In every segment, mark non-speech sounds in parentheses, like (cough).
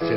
C'est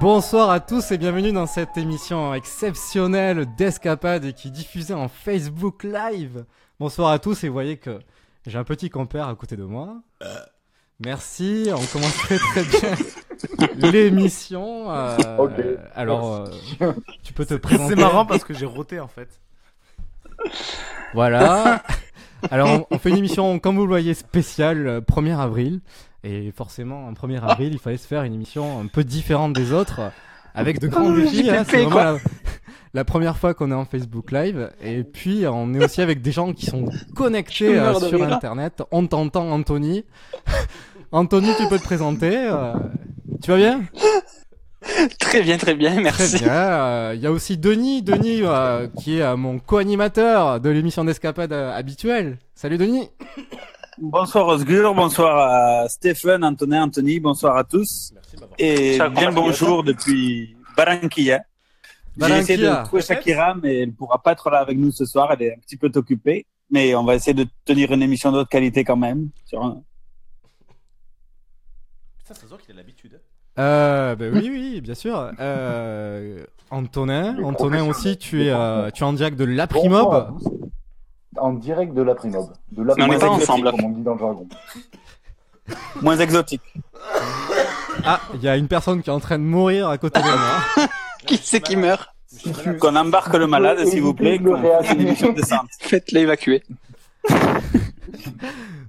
Bonsoir à tous et bienvenue dans cette émission exceptionnelle d'Escapade qui est diffusée en Facebook Live. Bonsoir à tous et vous voyez que j'ai un petit compère à côté de moi. Euh. Merci, on commence très très (laughs) bien l'émission. Euh, Ok. Alors, euh, tu peux te présenter. C'est marrant parce que j'ai roté en fait. Voilà. Alors, on, on fait une émission, comme vous le voyez, spéciale, euh, 1er avril. Et forcément, en 1er avril, il fallait se faire une émission un peu différente des autres, euh, avec de grands Oh, défis. j'ai hein. c'est tapé, vraiment quoi. la, la première fois qu'on est en Facebook Live. Et puis, euh, on est aussi avec des gens qui sont connectés Je meurs euh, de sur rire. Internet. On t'entend, Anthony. (laughs) Anthony, tu peux te présenter. euh, tu vas bien Très bien, très bien, merci. Très bien. euh, Il y a aussi Denis, Denis euh, qui est euh, mon co-animateur de l'émission d'escapade euh, habituelle. Salut Denis. Bonsoir Osgur, bonsoir à Stephen, Antonin, Anthony, bonsoir à tous. Et Ciao, Barranquilla. bien bonjour depuis Barranquilla. J'ai Barranquilla. essayé de trouver Shakira, mais elle ne pourra pas être là avec nous ce soir, elle est un petit peu occupée. Mais on va essayer de tenir une émission d'autre qualité quand même. Sur un- Ça, ça se voit qu'il a l'habitude. Euh, ben oui, oui, bien sûr. Euh, Antonin, Le Antonin professionnel. aussi, tu es, euh, tu es en direct de la Bonsoir. Primob. En direct de la Primob. De Mais on est pas ensemble. Comme on dit dans le jargon. Moins exotique. Ah, il y a une personne qui est en train de mourir à côté de moi. qui c'est qui meurt Qu'on embarque le malade, s'il vous plaît, qu'on fasse une émission décente. Faites-le évacuer.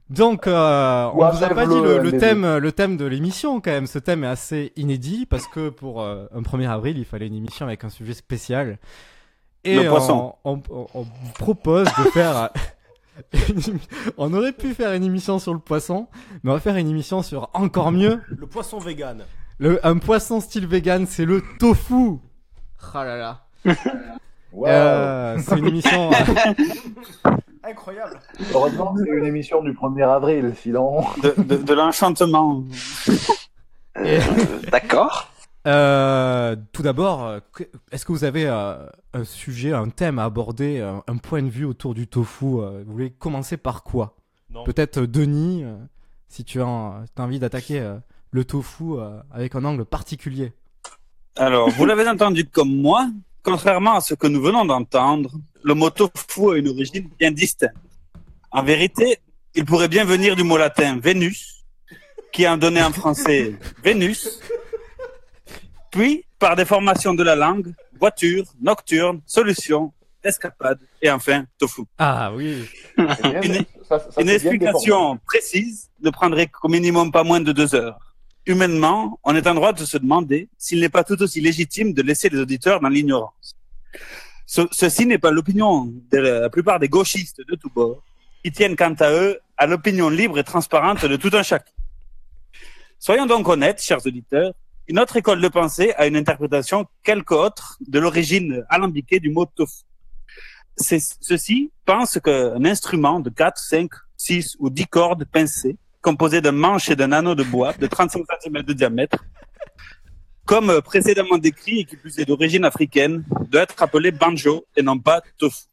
Donc, euh, on Ou vous a enlève pas dit le, le- le les- thème, le thème de l'émission quand même. Ce thème est assez inédit parce que pour euh, un 1er avril, il fallait une émission avec un sujet spécial. Et Le poisson. On, on- on vous propose de faire. (laughs) une émi- on aurait pu faire une émission sur le poisson, mais on va faire une émission sur encore mieux. Le poisson vegan. Le- un poisson style vegan, c'est le tofu. Ah là là. Euh, c'est une émission. Incroyable. Heureusement, c'est une émission du 1er avril, sinon. (laughs) De, l'enchantement. D'accord. Euh, tout d'abord, euh, que- est-ce que vous avez euh, un sujet, un thème à aborder, un, un point de vue autour du tofu euh, Vous voulez commencer par quoi Non. Peut-être euh, Denis, euh, si tu as, en- t'as envie d'attaquer euh, le tofu euh, avec un angle particulier. Alors, vous l'avez entendu comme moi, contrairement à ce que nous venons d'entendre, le mot tofu a une origine bien distincte. En vérité, il pourrait bien venir du mot latin Vénus, qui a donné en français Vénus, puis, par déformation de la langue, voiture, nocturne, solution, escapade, et enfin, tofu. Ah oui. Une, une explication précise ne prendrait qu'au minimum pas moins de deux heures. Humainement, on est en droit de se demander s'il n'est pas tout aussi légitime de laisser les auditeurs dans l'ignorance. Ce- ceci n'est pas l'opinion de la plupart des gauchistes de tous bords, qui tiennent quant à eux à l'opinion libre et transparente de tout un chacun. Soyons donc honnêtes, chers auditeurs, une autre école de pensée a une interprétation quelque autre de l'origine alambiquée du mot tofu. C'est- Ceux-ci pensent qu'un instrument de 4, 5, 6 ou 10 cordes pincées, composé d'un manche et d'un anneau de bois de 35 cm de diamètre, comme précédemment décrit et qui plus est d'origine africaine, doit être appelé banjo et non pas tofu.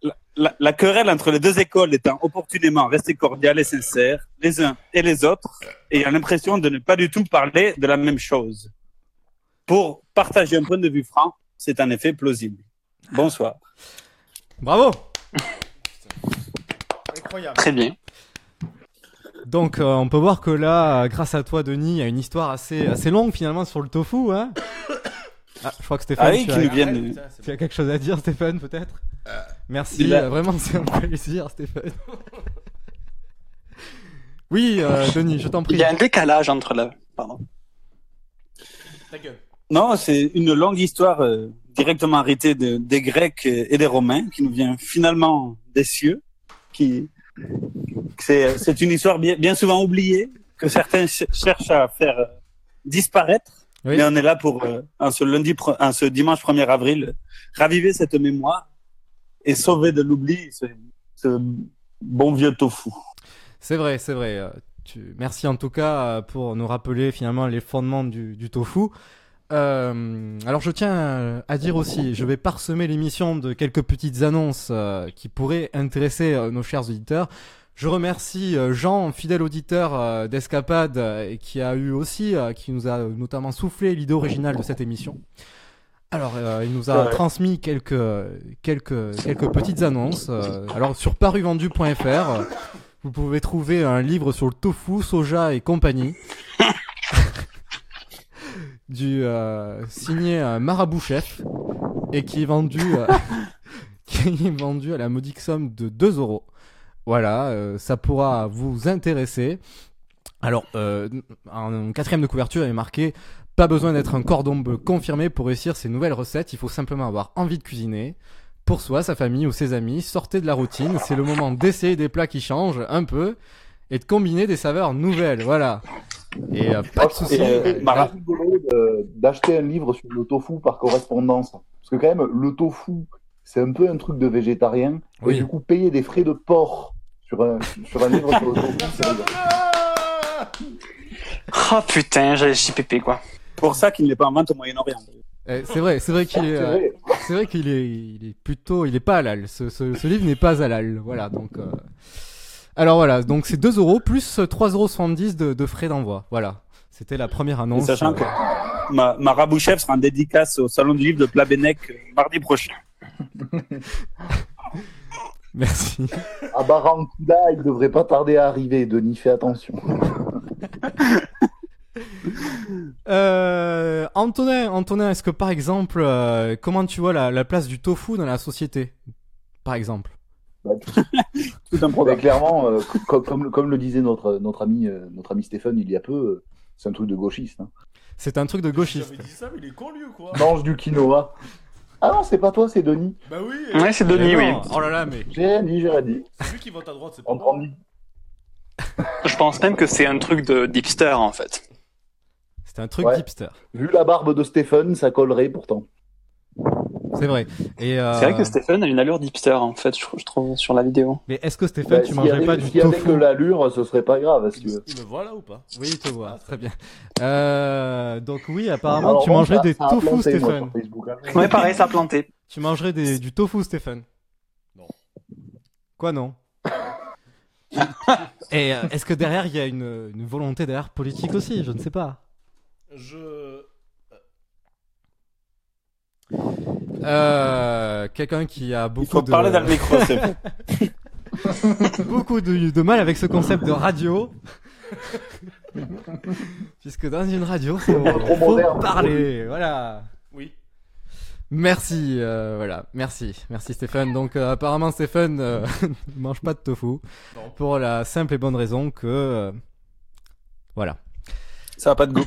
La- La, la querelle entre les deux écoles étant opportunément restée cordiale et sincère, les uns et les autres ayant l'impression de ne pas du tout parler de la même chose. Pour partager un point de vue franc, c'est en effet plausible. Bonsoir. Bravo Incroyable. Très bien. Donc euh, on peut voir que là, euh, grâce à toi Denis, il y a une histoire assez, assez longue finalement sur le tofu. Hein (coughs) Ah, je crois que Stéphane, Ah oui, qui tu, as... nous viennent- tu as quelque chose à dire, Stéphane, peut-être Merci, il a- euh, vraiment, c'est un plaisir, Stéphane. oui, euh, Denis, je t'en prie. Il y a un décalage entre la. Pardon. Ta gueule. Non, c'est une longue histoire euh, directement héritée de- des Grecs euh, et des Romains qui nous vient finalement des cieux. Qui c'est c'est une histoire bien, bien souvent oubliée que certains ch- cherchent à faire euh, disparaître. Oui. Mais on est là pour euh, en ce lundi, pre- en ce dimanche 1er avril, raviver cette mémoire et sauver de l'oubli ce, ce bon vieux tofu. C'est vrai, c'est vrai. Euh, tu- Merci en tout cas euh, pour nous rappeler finalement les fondements du, du tofu. Euh, alors je tiens euh, à dire aussi, je vais parsemer l'émission de quelques petites annonces euh, qui pourraient intéresser euh, nos chers auditeurs. Je remercie euh, Jean, fidèle auditeur euh, d'Escapade, euh, et qui a eu aussi, euh, qui nous a notamment soufflé l'idée originale de cette émission. Alors, euh, il nous a Ouais. transmis quelques, quelques, quelques petites annonces. euh, alors, sur paruvendu.fr, euh, vous pouvez trouver un livre sur le tofu, soja et compagnie. du euh, signé euh, Marabout Chef et qui est vendu euh, (laughs) qui est vendu à la modique somme de 2 euros. Voilà, euh, ça pourra vous intéresser. Alors, euh, en quatrième de couverture, il est marqué Pas besoin d'être un cordon bleu confirmé pour réussir ces nouvelles recettes, il faut simplement avoir envie de cuisiner. Pour soi, sa famille ou ses amis, sortez de la routine, c'est le moment d'essayer des plats qui changent un peu et de combiner des saveurs nouvelles. Voilà. Et euh, pas de soucis. C'est euh, très rigolo de- d'acheter un livre sur le tofu par correspondance. Parce que quand même, le tofu, c'est un peu un truc de végétarien. Oui. Et du coup, payer des frais de porc sur un, sur un livre sur le (laughs) tofu, c'est rigolo. Oh putain, j'allais JPP quoi. Pour ça qu'il n'est pas en vente au Moyen-Orient. Eh, c'est vrai, c'est vrai qu'il est, C'est euh, vrai. c'est vrai qu'il est, il est plutôt, il est pas halal. Ce, ce, ce livre n'est pas halal. Voilà, donc. euh, Alors voilà, donc c'est 2 euros plus 3,70 euros de, de frais d'envoi. Voilà, c'était la première Et annonce. sachant euh, que ma, ma Rabouchev sera en dédicace au Salon du Livre de Plabennec euh, mardi prochain. (laughs) Merci. À Barranquilla, il devrait pas tarder à arriver, Denis, fais attention. Euh, Antonin, Antonin, est-ce que par exemple, euh, comment tu vois la, la place du tofu dans la société, par exemple Mais clairement, euh, co- co- comme, le- comme le disait notre, notre, ami, euh, notre ami Stéphane il y a peu, euh, c'est un truc de gauchiste. hein. C'est un truc de gauchiste. Dis ça, mais il est con lui ou quoi Mange du quinoa. Ah non, c'est pas toi, c'est Denis. Bah oui. Ouais, c'est Denis, Mais oui. non, Oh là là, mais. J'ai rien dit, j'ai rien dit. C'est lui qui vote à droite, c'est pas On prend Je pense même que c'est un truc de dipster en fait. C'est un truc hipster. Vu la barbe de Stéphane, ça collerait pourtant. C'est vrai. Et euh, C'est vrai que Stéphane a une allure dipster en fait, je, je trouve sur la vidéo. Mais est-ce que Bah, Stéphane, tu mangerais pas du Si avec tofu l'allure, ce serait pas grave, si tu veux. Il me voit là ou pas Oui, il te voit, très bien. Euh, donc oui, apparemment, Alors, tu bon, mangerais ça- des ça a tofu, planté, moi, Stéphane. sur Facebook, hein. Ouais, pareil, ça a planté. Tu mangerais des- du tofu, Stéphane. Non. Quoi, (laughs) non Et euh, est-ce que derrière, il y a une, une volonté derrière politique aussi Je ne sais pas. Je. Euh, Quelqu'un qui a beaucoup faut de... parler dans (laughs) le micro, c'est bon. beaucoup de, de mal avec ce concept de radio. Puisque dans une radio, faut, Trop faut moderne. parler. Voilà. Oui. Merci, euh, voilà, merci, merci Stéphane. Donc euh, apparemment Stéphane euh, (laughs) ne mange pas de tofu pour la simple et bonne raison que euh, voilà. Ça a pas de goût.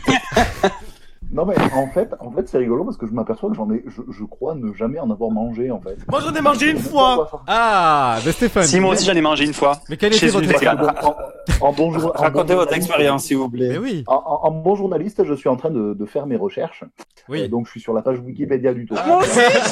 Non, mais en fait, en fait c'est rigolo parce que je m'aperçois que j'en ai, je, je crois ne jamais en avoir mangé en fait. Moi j'en ai mangé une fois Ah, ben Stéphane. (laughs) Si moi aussi j'en ai mangé une fois. Mais quelle Chez était votre une végane. En bon jour- en bon Racontez votre journaliste- expérience, s'il vous plaît. Eh oui. En, en- en bon journaliste, je suis en train de, de faire mes recherches. Euh, Oui. donc je suis sur la page Wikipédia du tofu.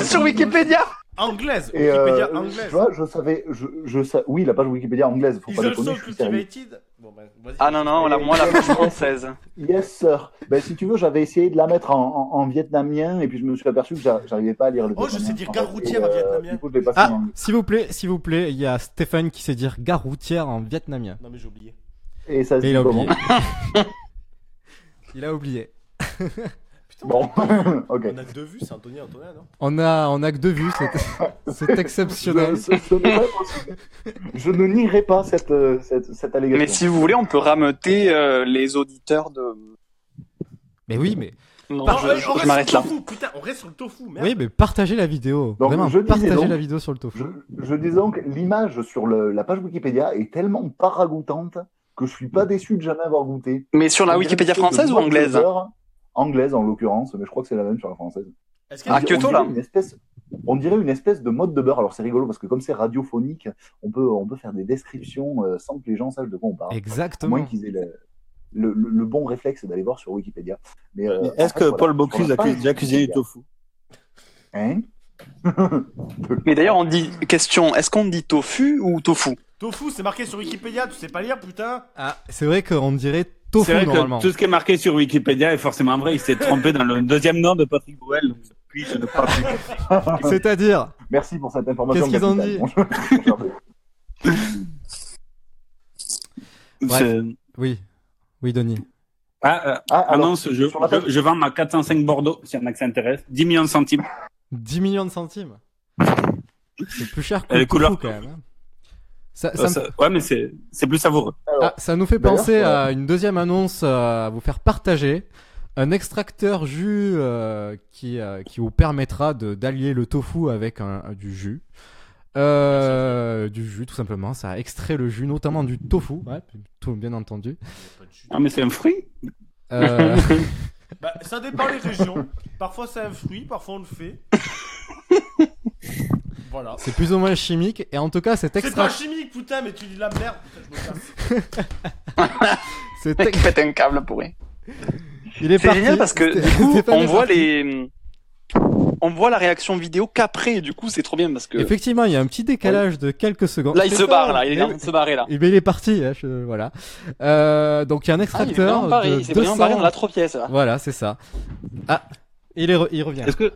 sur Wikipédia Anglaise Et Ah, Wikipédia euh, tu anglaise vois, je savais, je, je sa- oui, la page Wikipédia anglaise, faut Ils pas are déconner, so je suis sérieux. cultivated Bon, bah, vas-y. Ah non, non, la, moi la page française. Yes, sir. Ben, si tu veux, j'avais essayé de la mettre en, en- en vietnamien et puis je me suis aperçu que j'a- j'arrivais pas à lire le Oh, je sais vietnamien, dire en gare fait, routière et, en euh, vietnamien. Du coup, je l'ai passé Ah, en- s'il vous plaît, s'il vous plaît, il y a Stéphane qui sait dire gare routière en vietnamien. Non, mais j'ai oublié. Et ça se Et dit il a comment oublié. il a oublié. Bon, (laughs) ok. On a deux vues, c'est Anthony et Antonin, non On a, on a que deux vues, (laughs) c'est- c'est exceptionnel. Je, ce- ce n'est pas possible. Je ne nierai pas cette, euh, cette, cette allégation. Mais si vous voulez, on peut rameuter euh, les auditeurs de. Mais oui, mais Non, Par- euh, je, je- je m'arrête là. Putain, on reste sur le tofu, merde. Oui, mais partagez la vidéo. Donc, Vraiment, je disais partagez donc- la vidéo sur le tofu. Je dis donc, l'image sur le- la page Wikipédia est tellement pas ragoûtante que je suis pas Mm. déçu de jamais avoir goûté. Mais sur la On dirait Wikipédia une espèce française de ou anglaise burger- Anglaise en l'occurrence, mais je crois que c'est la même sur la française. qu'elle- Ah, On dirait- Kyoto, on dirait là. une espèce- On dirait une espèce de mode de beurre. Alors c'est rigolo parce que comme c'est radiophonique, on peut, on peut faire des descriptions euh, sans que les gens sachent de quoi on parle. Exactement. À moins qu'ils aient le, le- le- le bon réflexe d'aller voir sur Wikipédia. Mais, euh, Mais en Est-ce fait, que voilà, Paul sur Bocuse la a cu- page déjà cuisiné du Wikipédia- tofu Hein Mais d'ailleurs, on dit question. Est-ce qu'on dit tofu ou tofu Tofu, c'est marqué sur Wikipédia, tu sais pas lire, putain. Ah, C'est vrai qu'on dirait tofu C'est vrai normalement. que tout ce qui est marqué sur Wikipédia est forcément vrai. Il s'est trompé dans le deuxième nom de Patrick Bruel. donc puis je ne parle plus. C'est-à-dire Merci pour cette information. Qu'est-ce qu'ils ont capitale, dit mon cher- (laughs) mon cher Bruno. Bref. C'est- Oui. Oui, Denis. Ah, euh, ah, alors, annonce, je, sur la page- je, je vends ma 405 Bordeaux, si y en a qui s'intéresse. 10 millions de centimes. 10 millions de centimes. C'est plus cher que Elle est le tofu, couleur. quand même. hein. Ça, Euh, ça me- ça- Ouais, mais c'est c'est plus savoureux. Ah, ça nous fait D'ailleurs, penser euh, à une deuxième annonce euh, à vous faire partager. Un extracteur jus euh, qui, euh, qui vous permettra de- d'allier le tofu avec un, un- du jus. Euh, du jus, tout simplement. Ça extrait le jus, notamment du tofu. Ouais, tout bien entendu. Ah, mais c'est un fruit (laughs) Euh, Bah, ça dépend les régions. Parfois c'est un fruit, parfois on le fait. voilà. c'est plus ou moins chimique. Et en tout cas, cet C'est pas extra... chimique, putain, mais tu dis de la merde. Putain, je me casse. cet Mec, ex- pète un câble pourri. (laughs) Il est C'est parti. génial parce que Sté- du coup, Stéphane on est voit parti. les, on voit la réaction vidéo qu'après. Du coup, c'est trop bien parce que Effectivement, il y a un petit décalage de quelques secondes. là, il se Stéphane, barre là, il est mais en train de se barrer là. (laughs) Eh ben, il est parti, hein, je- voilà. Euh, donc il y a un Ah, il est vraiment extracteur. barré, de il s'est vraiment barré 200. dans la tropièce là. Voilà, c'est ça. Ah, il, est re- il revient. Est-ce que,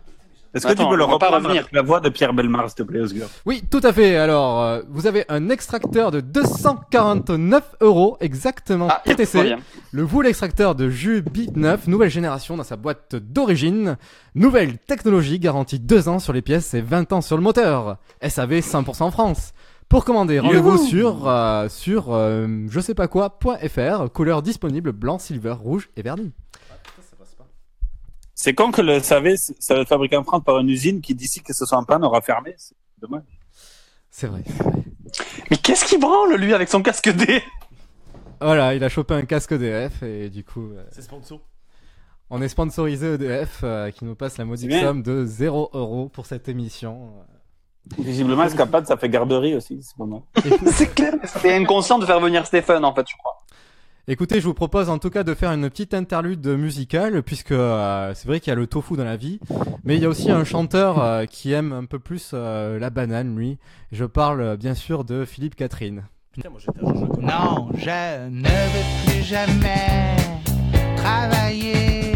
est-ce que Attends, tu peux le on va pas reprendre revenir. avec la voix de Pierre Belmar, s'il te plaît, Osgur Oui, tout à fait. Alors, euh, vous avez un extracteur de 249 euros, exactement Ah, il TTC. revient. Le Wool extracteur de jus Beat 9, nouvelle génération dans sa boîte d'origine. Nouvelle technologie garantie 2 ans sur les pièces et 20 ans sur le moteur. SAV 100% France. Pour commander, rendez-vous Youhou sur, euh, sur euh, je sais pas quoi, .fr, couleur disponible blanc, silver, rouge et vernis. C'est con que le SAV, ça va être fabriqué en France par une usine qui, d'ici que ce soit en panne, aura fermé. C'est dommage. C'est vrai. Mais qu'est-ce qu'il branle lui avec son casque D Voilà, il a chopé un casque EDF et du coup, euh, C'est sponsor. on est sponsorisé EDF euh, qui nous passe la modique C'est bien. somme de 0 euros pour cette émission. Visiblement, Escapade, ça fait garderie aussi. C'est pas mal. (laughs) C'est clair. C'est inconscient de faire venir Stéphane en fait, je crois. Écoutez, je vous propose en tout cas de faire une petite interlude musicale puisque euh, c'est vrai qu'il y a le tofu dans la vie, mais il y a aussi un chanteur euh, qui aime un peu plus euh, la banane, lui. Je parle euh, bien sûr de Philippe Catherine. Putain, moi j'étais un Jean-Jacques Goldman. Non, je ne veux plus jamais travailler,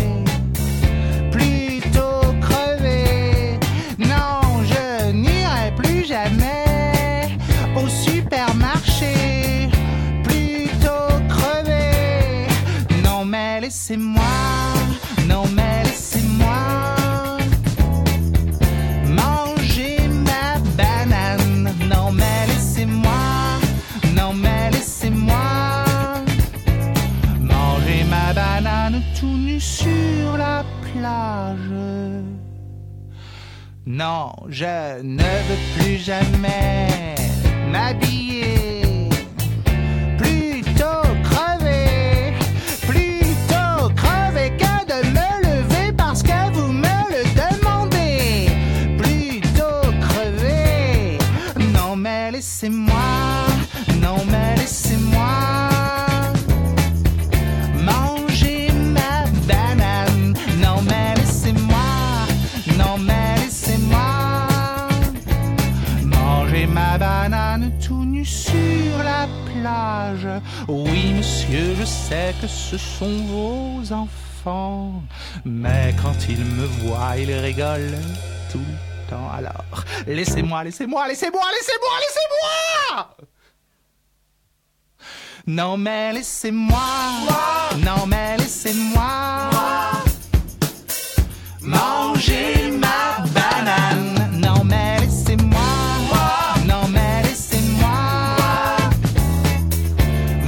plutôt crever. Non, je n'irai plus jamais au supermarché, plutôt crever. Non, mais laissez-moi, non, mais laissez-moi manger ma banane. Non, mais laissez-moi, non, mais laissez-moi manger ma banane tout nu sur la plage. Non, je ne veux plus jamais m'habiller. Plutôt crever, plutôt crever que de me lever parce que vous me le demandez. Plutôt crever, non mais laissez-moi, non mais laissez-moi manger ma banane. Non mais laissez-moi, non mais laissez-moi manger ma banane tout nu sur la plage. Oui monsieur, je sais que ce sont vos enfants, mais quand ils me voient, ils rigolent tout le temps. Alors, laissez-moi, laissez-moi, laissez-moi, laissez-moi, laissez-moi. Non mais laissez-moi, non mais laissez-moi manger ma banane. Non mais laissez-moi, non mais laissez-moi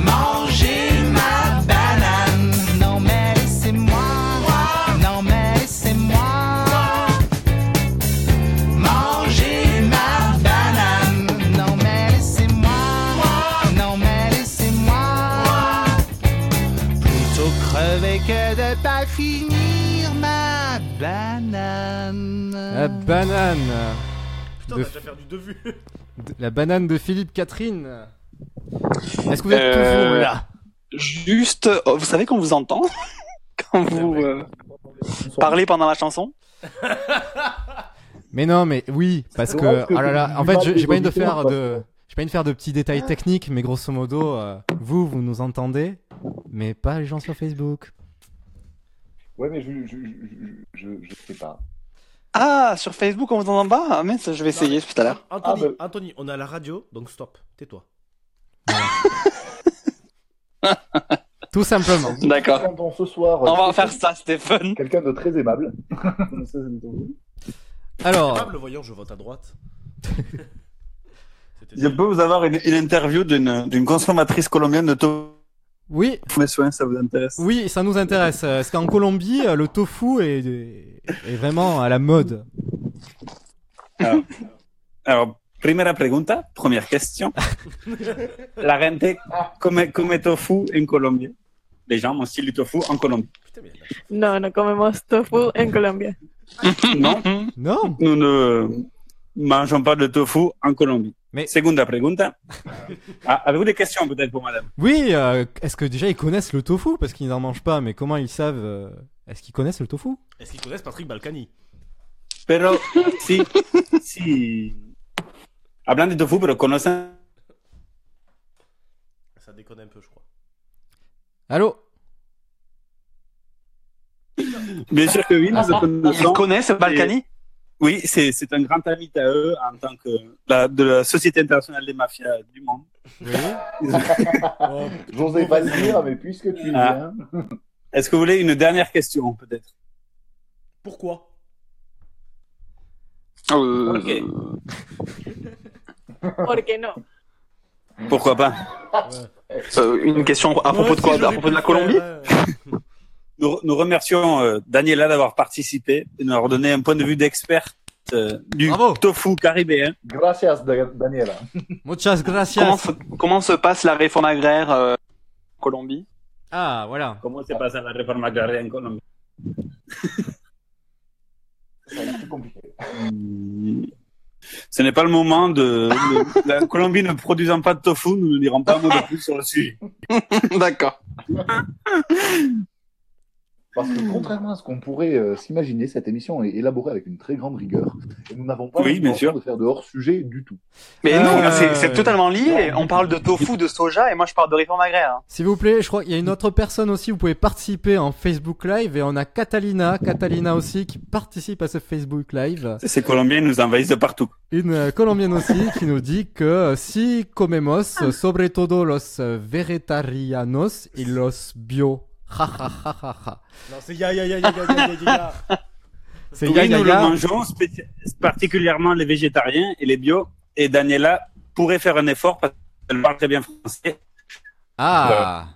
manger ma banane. Non mais laissez-moi, non mais pas finir ma banane. La banane. Putain, on de- a déjà perdu deux vues. de- La banane de Philippe Catherine. Est-ce que vous êtes Euh, toujours là Juste, euh, vous savez qu'on vous entend (laughs) quand vous euh, parlez pendant la chanson Mais non, mais oui, parce C'est que. vrai que Ah là là, tu en fait, vas je- j'ai des pas envie de auditeurs, faire parce de. J'ai pas envie de faire de petits détails techniques, mais grosso modo, euh, vous, vous nous entendez, mais pas les gens sur Facebook. Ouais, mais je, je, je, je, je sais pas. Ah, sur Facebook, on vous entend pas Ah mince, je vais essayer tout à l'heure. Ah, Anthony, bah. Anthony, on est à la radio, donc stop, tais-toi. Tout simplement. D'accord. Entendons ce soir. euh, On va faire ça, Stéphane. Quelqu'un de très aimable. Alors. Le voyant, je vote (laughs) à droite. Je peux vous avoir une, une interview d'une d'une consommatrice colombienne de tofu. Oui. Mes soins, ça vous intéresse Oui, ça nous intéresse. euh, Parce qu'en Colombie, euh, le tofu est, est vraiment à la mode. Alors, alors, primera pregunta, première question. La gente come, come tofu en Colombie. Les gens mangent du tofu en Colombie. No, no comemos tofu en Colombia. Non. Non. Nous ne mangeons pas de tofu en Colombie. Segunda pregunta. Ah, Avez-vous des questions peut-être pour madame Oui, euh, est-ce que déjà ils connaissent le tofu Parce qu'ils n'en mangent pas, mais comment ils savent euh, Est-ce qu'ils connaissent le tofu Est-ce qu'ils connaissent Patrick Balkany Pero sí, sí. Hablan de tofu, pero conocen. Ça déconne un peu, je crois. Allô Bien sûr que oui, nous le connaissons. Ah, Ils connaissent Balkany Et- Oui, c'est c'est un grand ami à eux en tant que la- de la Société internationale des mafias du monde. J'osais pas le dire, mais puisque tu y Ah. viens. Est-ce que vous voulez une dernière question, peut-être Pourquoi ¿Por qué no? Pourquoi pas Euh, Une question à propos de quoi À propos de la Colombie Euh, nous, nous remercions euh, Daniela d'avoir participé et de nous avoir donné un point de vue d'expert euh, du tofu caribéen. Gracias, Da- Daniela. Muchas gracias. Comment se, comment se passe la réforme agraire euh, en Colombie Ah, voilà. Comment se passe la réforme agraire en Colombie Ce n'est pas le moment de, de- la Colombie ne produisant pas de tofu, nous ne dirons pas un mot de plus sur le sujet. D'accord. Parce que contrairement à ce qu'on pourrait euh, s'imaginer, cette émission est élaborée avec une très grande rigueur. Et nous n'avons pas Oui, bien l'intention de faire de hors-sujet du tout. Mais Euh, non, c'est- c'est totalement lié. On parle de tofu, de soja, et moi je parle de réforme agraire. hein. S'il vous plaît, je crois qu'il y a une autre personne aussi, vous pouvez participer en Facebook Live, et on a Catalina, Catalina aussi, qui participe à ce Facebook Live. Ces Colombiens nous envahissent de partout. Une euh, Colombienne aussi qui nous dit que euh, si comemos euh, sobre todo los euh, vegetarianos y los bio. Ha ha ha ha ha. Non, c'est ya ya ya ya ya ya ya, ya. C'est oui, ya, ya, nous ya. le mangeons, spéci- particulièrement les végétariens et les bio. Et Daniela pourrait faire un effort parce qu'elle parle très bien français. Ah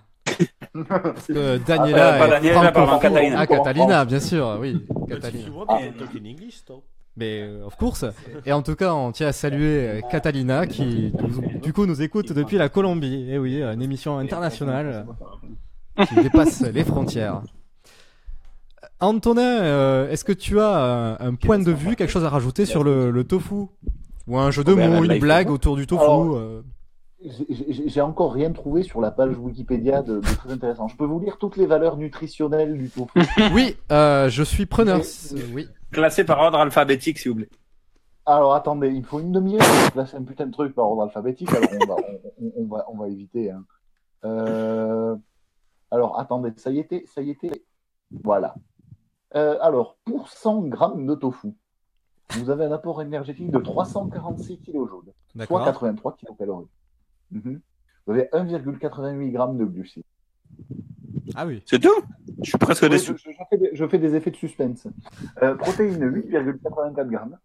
Parce que Daniela Ah, pas est Daniela, pardon, francophone. Catalina. Ah, Catalina, bien sûr, oui. Bah, Catalina. Ah. You want me to talk in English, though Mais euh, of course. Et en tout cas, on tient à saluer euh, Catalina qui, nous- du coup, nous écoute depuis la Colombie. Et oui, euh, une émission internationale euh, qui dépasse les frontières. Euh, Antonin, euh, est-ce que tu as euh, un point de vue, quelque chose à rajouter sur le, le tofu Ou un jeu de Oh, ben, mots, là, une il faut- blague autour du tofu Alors, euh, J'ai- J'ai j'ai encore rien trouvé sur la page Wikipédia de, de très intéressant. Je peux vous lire toutes les valeurs nutritionnelles du tofu. Oui, euh, je suis preneur. Euh, Oui. Classé par ordre alphabétique, s'il vous plaît. Alors attendez, il me faut une demi-heure pour placer un putain de truc par ordre alphabétique. Alors on va, on, on- on va, on va éviter. hein. Euh, Alors attendez, ça y était, ça y était. Voilà. Euh, alors pour 100 grammes de tofu, vous avez un apport énergétique de 346 kilojoules, soit D'accord. 83 kilocalories. Mhm. Vous avez 1,88 grammes de glucides. Ah oui. C'est tout Je suis presque Oui, déçu. Je, je- je fais des, je fais des effets de suspense. Euh, protéines 8,84 grammes.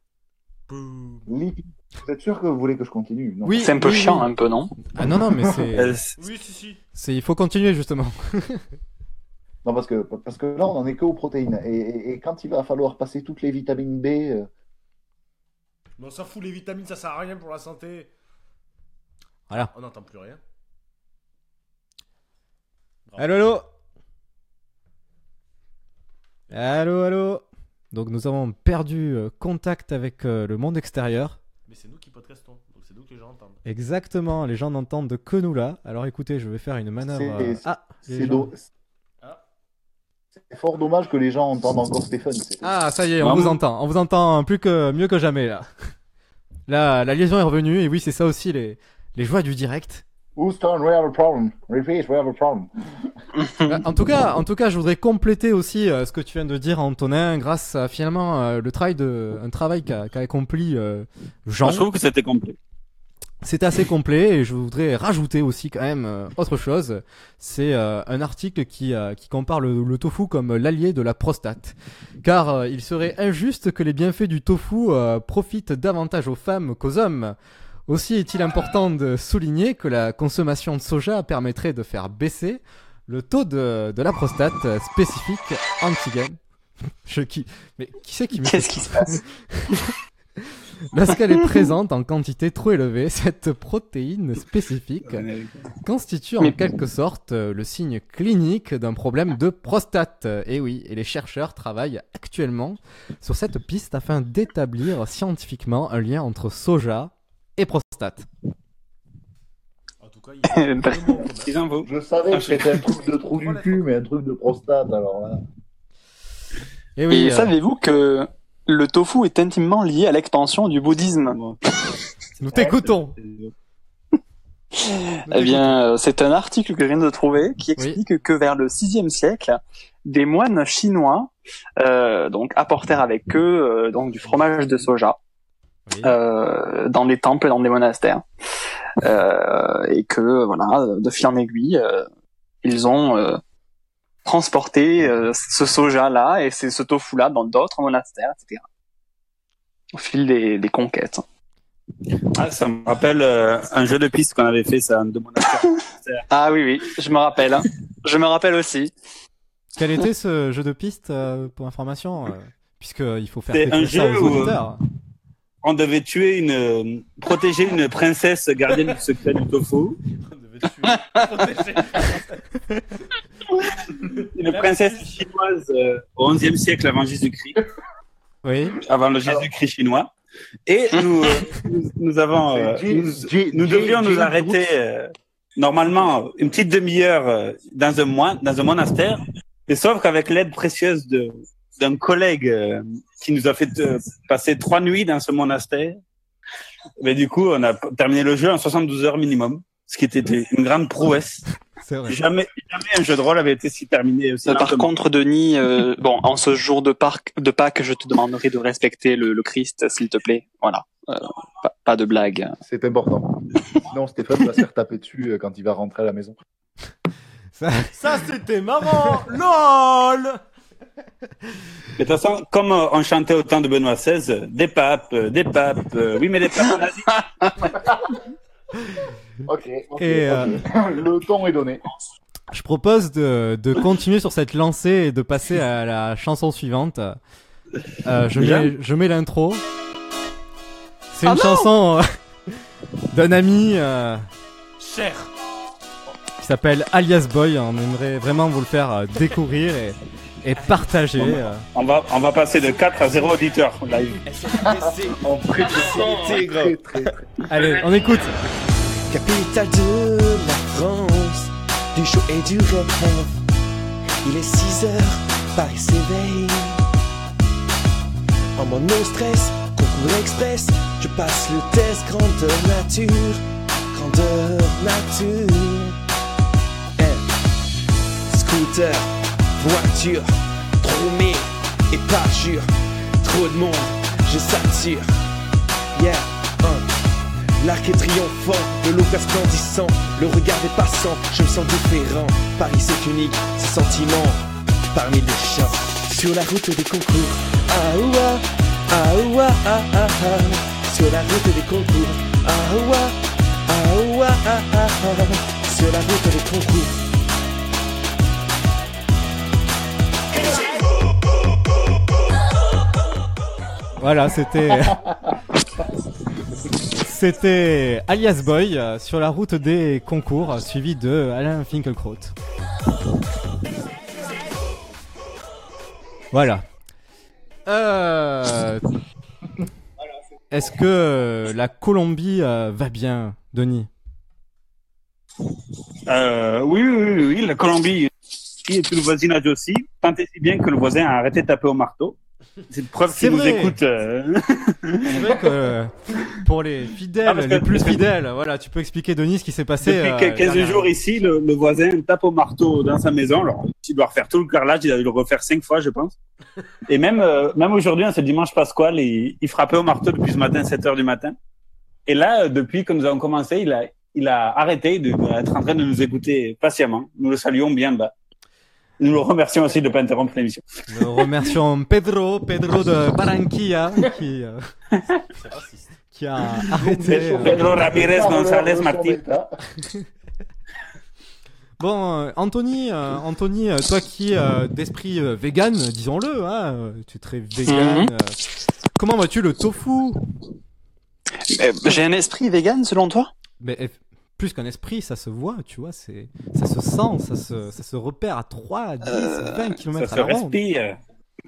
Lipides. Vous êtes sûr que vous voulez que je continue non Oui, C'est un peu oui, chiant, oui. un peu, non Ah non, non, mais c'est- Euh, Oui, si, si. C'est, il faut continuer justement. Non, parce que, parce que là, on en est que aux protéines. Et, et- et quand il va falloir passer toutes les vitamines B, euh, Mais on s'en fout, les vitamines, ça sert à rien pour la santé. Voilà. On n'entend plus rien. Allô, allô Allô, allô Donc nous avons perdu euh, contact avec euh, le monde extérieur. Mais c'est nous qui podcastons, donc c'est nous que les gens entendent. Exactement, les gens n'entendent que nous là. Alors écoutez, je vais faire une manœuvre. C'est- euh, c'est- Ah, les c'est gens- do- C'est fort dommage que les gens entendent encore Stéphane. c'est- Ah, ça y est, on vous entend. On vous entend plus que mieux que jamais là. (laughs) Là, la liaison est revenue et oui, c'est ça aussi les les joies du direct. Houston, we have a problem. Repeat, we have a problem. Euh, en tout cas, en tout cas, je voudrais compléter aussi euh, ce que tu viens de dire, Antonin, grâce à finalement euh, le travail de un travail qu'a qu'a accompli euh, Jean. Je trouve que c'était complet. C'est assez complet et je voudrais rajouter aussi quand même euh, autre chose. C'est euh, un article qui, euh, qui compare le, le tofu comme l'allié de la prostate. Car euh, il serait injuste que les bienfaits du tofu euh, profitent davantage aux femmes qu'aux hommes. Aussi est-il important de souligner que la consommation de soja permettrait de faire baisser le taux de, de la prostate euh, spécifique antigène. (laughs) Je qui mais qui c'est qui me qu'est-ce qui se passe (laughs) Lorsqu'elle est présente en quantité trop élevée, cette protéine spécifique constitue en quelque sorte euh, le signe clinique d'un problème de prostate. Et oui, et les chercheurs travaillent actuellement sur cette piste afin d'établir scientifiquement un lien entre soja et prostate. Je savais que c'était un truc de trou du cul, mais un truc de prostate, alors hein. là. Et oui, euh, savez-vous que le tofu est intimement lié à l'expansion du bouddhisme Nous t'écoutons Eh bien, euh, c'est un article que je viens de trouver qui explique que vers le 6e siècle, des moines chinois euh, donc apportèrent avec eux euh, donc du fromage de soja euh, dans des temples, dans des monastères, Euh, et que voilà, de fil en aiguille, euh, ils ont euh, transporté euh, ce soja là et c'est ce tofu là dans d'autres monastères, etc. Au fil des, des conquêtes. Ah, ça me rappelle euh, un jeu de piste qu'on avait fait, ça, de monastère. Ah oui oui, je me rappelle. hein. Je me rappelle aussi. Quel était ce jeu de piste euh, pour information euh, Puisque il faut faire C'est un découvrir ça jeu aux où auditeurs. euh, on devait tuer une, euh, protéger une princesse gardienne du secret du tofu. (laughs) une princesse chinoise euh, au XIe siècle avant Jésus-Christ. Oui. Avant le Jésus-Christ chinois. Et nous, euh, nous, nous avons, euh, J- nous, nous devions nous arrêter euh, normalement une petite demi-heure euh, dans un moine, dans un monastère. Et sauf qu'avec l'aide précieuse de d'un collègue euh, qui nous a fait euh, passer trois nuits dans ce monastère, mais du coup, on a p- terminé le jeu en 72 heures minimum, ce qui était une grande prouesse. C'est vrai. Jamais, jamais un jeu de rôle avait été si terminé. aussi Mais Euh, par lentement. contre, Denis, euh, (laughs) bon, en ce jour de, parc, de Pâques, je te demanderai de respecter le, le Christ, s'il te plaît. Voilà. Euh, pas, pas de blague. C'est important. Sinon, Stéphane va se faire taper dessus euh, quand il va rentrer à la maison. Ça, c'était marrant LOL Mais de toute façon, comme euh, on chantait au temps de Benoît XVI, euh, des papes, euh, des papes, euh, oui, mais les papes en Asie. Ok. ok, Et, euh, ok. (laughs) Le temps est donné. Je propose de, de continuer sur cette lancée et de passer à la chanson suivante. Euh, je, Déjà mets, je mets l'intro. C'est Ah une non chanson euh, (laughs) d'un ami euh, Cher qui s'appelle Alias Boy. On aimerait vraiment vous le faire euh, découvrir et, et partager. euh. On va, on va passer de 4 à 0 auditeurs live. en tigre. Allez, on écoute. Capitale de la France, du chaud et du rêve. Il est 6 heures, Paris s'éveille. En mono-stress, concours express, je passe le test grandeur nature, grandeur nature. Eh, Scooter, voiture, tromé et parjure, trop de monde, je sature. Yeah, hein. L'arc est triomphant, de l'eau splendissant, le regard des passants, je me sens différent. Paris c'est unique, ce sentiment, parmi les champs, sur la route des concours. Ah ouah, ah ouah, ah ah ah, sur la route des concours. Ah ouah, ah ouah, ah ah ah, sur la route des concours. Voilà, c'était. (laughs) c'était Alias Boy euh, sur la route des concours, euh, suivi de Alain Finkielkraut. Voilà. Euh, Est-ce que euh, la Colombie euh, va bien, Denis Euh, oui, oui, oui, oui, la Colombie qui est une voisinage aussi, tant et si bien que le voisin a arrêté de taper au marteau. C'est une preuve C'est qu'il nous vrai. écoute. euh. C'est vrai que euh, pour les fidèles, Ah, parce que- les plus parce que- fidèles, voilà, tu peux expliquer, Denis, ce qui s'est (laughs) passé. Depuis euh, que- 15 dernièrement. jours ici, le, le voisin tape au marteau dans sa maison. Alors, il doit refaire tout le carrelage, il a dû le refaire cinq fois, je pense. Et même, euh, même aujourd'hui, hein, ce dimanche pasqual, il, il frappait au marteau depuis ce matin, 7 heures du matin. Et là, euh, depuis que nous avons commencé, il a, il a arrêté de- d'être en train de nous écouter patiemment. Nous le saluons bien bas. Nous le remercions aussi de ne pas interrompre l'émission. Nous remercions Pedro, Pedro de Barranquilla, qui, euh, qui a arrêté. euh, Pedro Ramirez González Martí. Bon, euh, Anthony, euh, Anthony, euh, toi qui euh, d'esprit euh, vegan, disons-le, hein, euh, tu es très vegan. Mhm. euh, comment vois-tu le tofu Euh, J'ai un esprit vegan selon toi Mais eh, plus qu'un esprit, ça se voit, tu vois, c'est ça se sent, ça se, ça se repère à 3, à 10, à 20 km à la ronde.